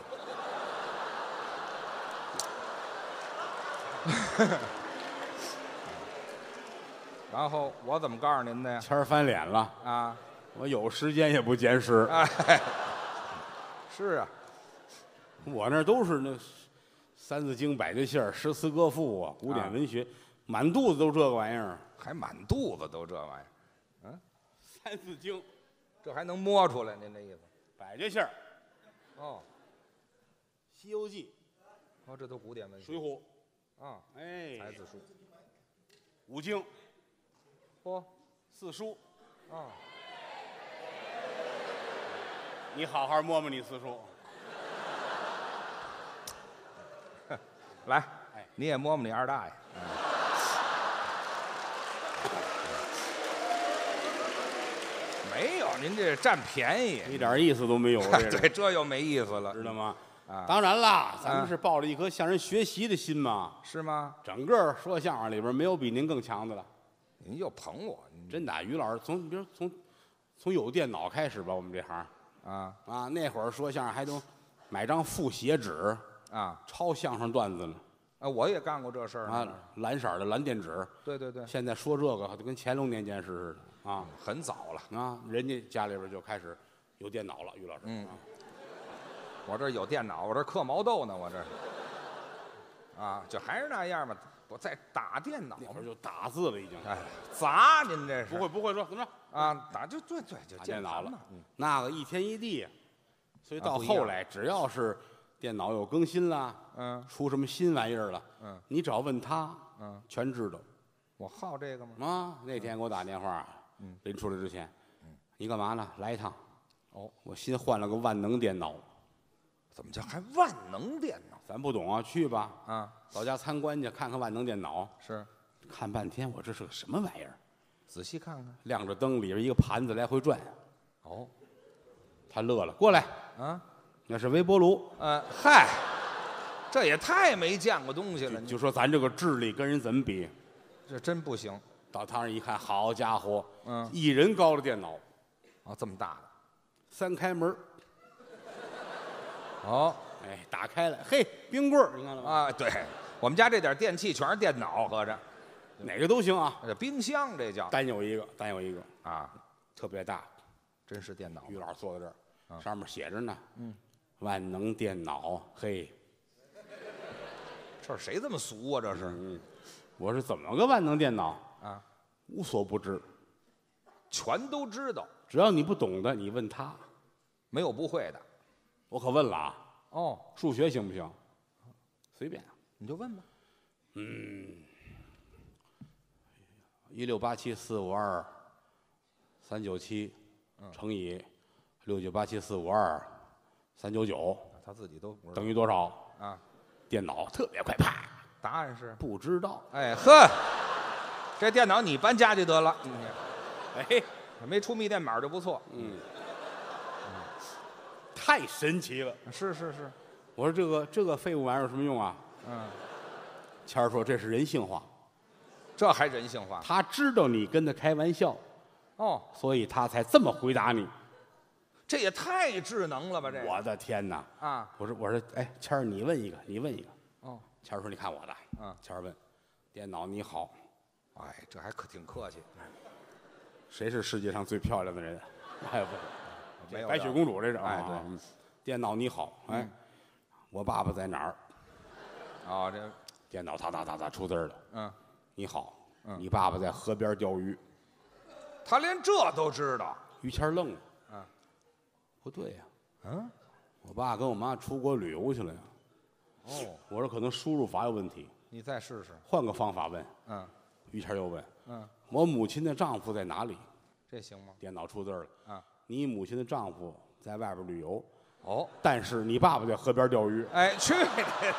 Speaker 2: 然后我怎么告诉您的呀？
Speaker 1: 谦儿翻脸了，
Speaker 2: 啊，
Speaker 1: 我有时间也不简史，
Speaker 2: 哎，是啊，
Speaker 1: 我那儿都是那《三字经》《百家姓》《诗词歌赋》啊，古典
Speaker 2: 啊
Speaker 1: 文学，满肚子都这个玩意儿。啊
Speaker 2: 还满肚子都这玩意儿，
Speaker 1: 《三字经》《
Speaker 2: 这还能摸出来？您这意思？
Speaker 1: 百家姓》《
Speaker 2: 哦，
Speaker 1: 西游记
Speaker 2: 哦，这都古典文》
Speaker 1: 《水
Speaker 2: 学
Speaker 1: 浒》，
Speaker 2: 啊，才
Speaker 1: 哎，
Speaker 2: 子书，
Speaker 1: 五经
Speaker 2: 嚯，
Speaker 1: 四书。
Speaker 2: 啊，
Speaker 1: 你好好摸摸你四
Speaker 2: (laughs)
Speaker 1: 叔，
Speaker 2: 来
Speaker 1: 哎，
Speaker 2: 你也摸摸你二大爷，嗯没有，您这占便宜， (laughs)
Speaker 1: 一点意思都没有，这
Speaker 2: 对，
Speaker 1: 人
Speaker 2: 这又没意思了
Speaker 1: 知，道吗？
Speaker 2: 啊
Speaker 1: 当然啦，咱们
Speaker 2: 啊
Speaker 1: 是抱着一颗向人学习的心嘛。
Speaker 2: 是吗？
Speaker 1: 整个说相声里边没有比您更强的了，
Speaker 2: 您又捧我，您
Speaker 1: 真的啊。于老师从，比如从从有电脑开始吧，我们这行
Speaker 2: 啊
Speaker 1: 啊，那会儿说相声还都买张复写纸
Speaker 2: 啊
Speaker 1: 抄相声段子呢
Speaker 2: 啊！我也干过这事儿呢
Speaker 1: 啊，蓝色的蓝电纸。
Speaker 2: 对对对，
Speaker 1: 现在说这个就跟乾隆年间似的啊
Speaker 2: 很早了，
Speaker 1: 啊，人家家里边就开始有电脑了，于老师。
Speaker 2: 嗯
Speaker 1: 啊
Speaker 2: 我这有电脑，我这嗑毛豆呢，我这啊，就还是那样吧，我在打电脑
Speaker 1: 那会儿就打字了，已经。
Speaker 2: 哎，砸您这
Speaker 1: 不
Speaker 2: 是
Speaker 1: 会不会说怎么着？
Speaker 2: 啊？打就对对，就
Speaker 1: 打电脑
Speaker 2: 盘
Speaker 1: 了
Speaker 2: 嘛嗯，
Speaker 1: 那个一天一地，啊所以到
Speaker 2: 啊不一样
Speaker 1: 后来只要是电脑有更新啦，
Speaker 2: 嗯，
Speaker 1: 出什么新玩意儿了，
Speaker 2: 嗯，
Speaker 1: 你只要问他，
Speaker 2: 嗯，
Speaker 1: 全知道。
Speaker 2: 我好这个吗？
Speaker 1: 啊，那天给我打电话，嗯，临出来之前，你干嘛呢？来一趟。
Speaker 2: 嗯哦，
Speaker 1: 我新换了个万能电脑，
Speaker 2: 怎么叫还万能电脑
Speaker 1: 咱不懂啊，去吧，
Speaker 2: 啊？
Speaker 1: 到家参观去，看看万能电脑。
Speaker 2: 是，
Speaker 1: 看半天，我这是个什么玩意儿？
Speaker 2: 仔细看看
Speaker 1: 亮着灯，里边一个盘子来回转。
Speaker 2: 哦，
Speaker 1: 他乐了，过来，
Speaker 2: 啊，
Speaker 1: 那是微波炉。
Speaker 2: 呃，嗨，这也太没见过东西了，你
Speaker 1: 就说咱这个智力跟人怎么比？
Speaker 2: 这真不行
Speaker 1: 到他那儿一看，好家伙，
Speaker 2: 嗯
Speaker 1: 一人高的电脑，
Speaker 2: 啊，这么大的
Speaker 1: 三开门儿，
Speaker 2: 哦。
Speaker 1: 哎，打开了，嘿，冰棍儿，你看了吗？
Speaker 2: 啊，对，我们家这点电器全是电脑，合着
Speaker 1: 哪个都行啊，
Speaker 2: 这冰箱这叫
Speaker 1: 单有一个，单有一个，
Speaker 2: 啊，
Speaker 1: 特别大。
Speaker 2: 真是电脑
Speaker 1: 于老师坐在这儿，上面写着呢，啊嗯，万能电脑，嘿，
Speaker 2: 这谁这么俗啊？这是
Speaker 1: 嗯，我是怎么个万能电脑？
Speaker 2: 啊，
Speaker 1: 无所不知，
Speaker 2: 全都知道，
Speaker 1: 只要你不懂的，你问他。
Speaker 2: 没有不会的。
Speaker 1: 我可问了啊，
Speaker 2: 哦，
Speaker 1: 数学行不行？随便，
Speaker 2: 你就问吧。
Speaker 1: 一六八七四五二三九七乘以六九八七四五二三九九
Speaker 2: 他自己都不知道
Speaker 1: 等于多少？
Speaker 2: 啊，
Speaker 1: 电脑特别快，啪，
Speaker 2: 答案是，
Speaker 1: 不知道。
Speaker 2: 哎呵，这电脑你搬家去得了，嗯
Speaker 1: 哎，
Speaker 2: 没出密电码就不错。
Speaker 1: 嗯，太神奇了。
Speaker 2: 是是是，
Speaker 1: 我说这个这个废物玩意儿有什么用啊？
Speaker 2: 嗯，
Speaker 1: 谦儿说这是人性化，
Speaker 2: 这还人性化
Speaker 1: 他知道你跟他开玩笑，
Speaker 2: 哦，
Speaker 1: 所以他才这么回答你。
Speaker 2: 这也太智能了吧？这个
Speaker 1: 我的天哪！
Speaker 2: 啊，
Speaker 1: 我说我说，哎，谦儿，你问一个，你问一个。
Speaker 2: 哦，
Speaker 1: 谦儿说：“你看我的。”
Speaker 2: 嗯
Speaker 1: 谦儿问：“电脑你好，
Speaker 2: 哎，这还可挺客气，
Speaker 1: 谁是世界上最漂亮的人？”哎，不是，
Speaker 2: 没有
Speaker 1: 白雪
Speaker 2: 的
Speaker 1: 公主这是。
Speaker 2: 哎
Speaker 1: 啊
Speaker 2: 对嗯
Speaker 1: 嗯电脑你好，哎，我爸爸在哪儿？
Speaker 2: 啊，这
Speaker 1: 电脑哒哒哒哒出字儿了。
Speaker 2: 嗯，
Speaker 1: 你好，你爸爸在河边钓鱼。
Speaker 2: 他连这都知道，
Speaker 1: 于谦儿愣了。
Speaker 2: 嗯，
Speaker 1: 不对呀，
Speaker 2: 嗯，
Speaker 1: 我爸跟我妈出国旅游去了呀。
Speaker 2: 哦，
Speaker 1: 我说可能输入法有问题，
Speaker 2: 你再试试，
Speaker 1: 换个方法问。
Speaker 2: 嗯
Speaker 1: 于谦儿又问
Speaker 2: 嗯，：“
Speaker 1: 我母亲的丈夫在哪里
Speaker 2: 这行吗？？”
Speaker 1: 电脑出字儿了。
Speaker 2: 啊，
Speaker 1: 你母亲的丈夫在外边旅游，
Speaker 2: 哦，
Speaker 1: 但是你爸爸在河边钓鱼。
Speaker 2: 哎，去你的！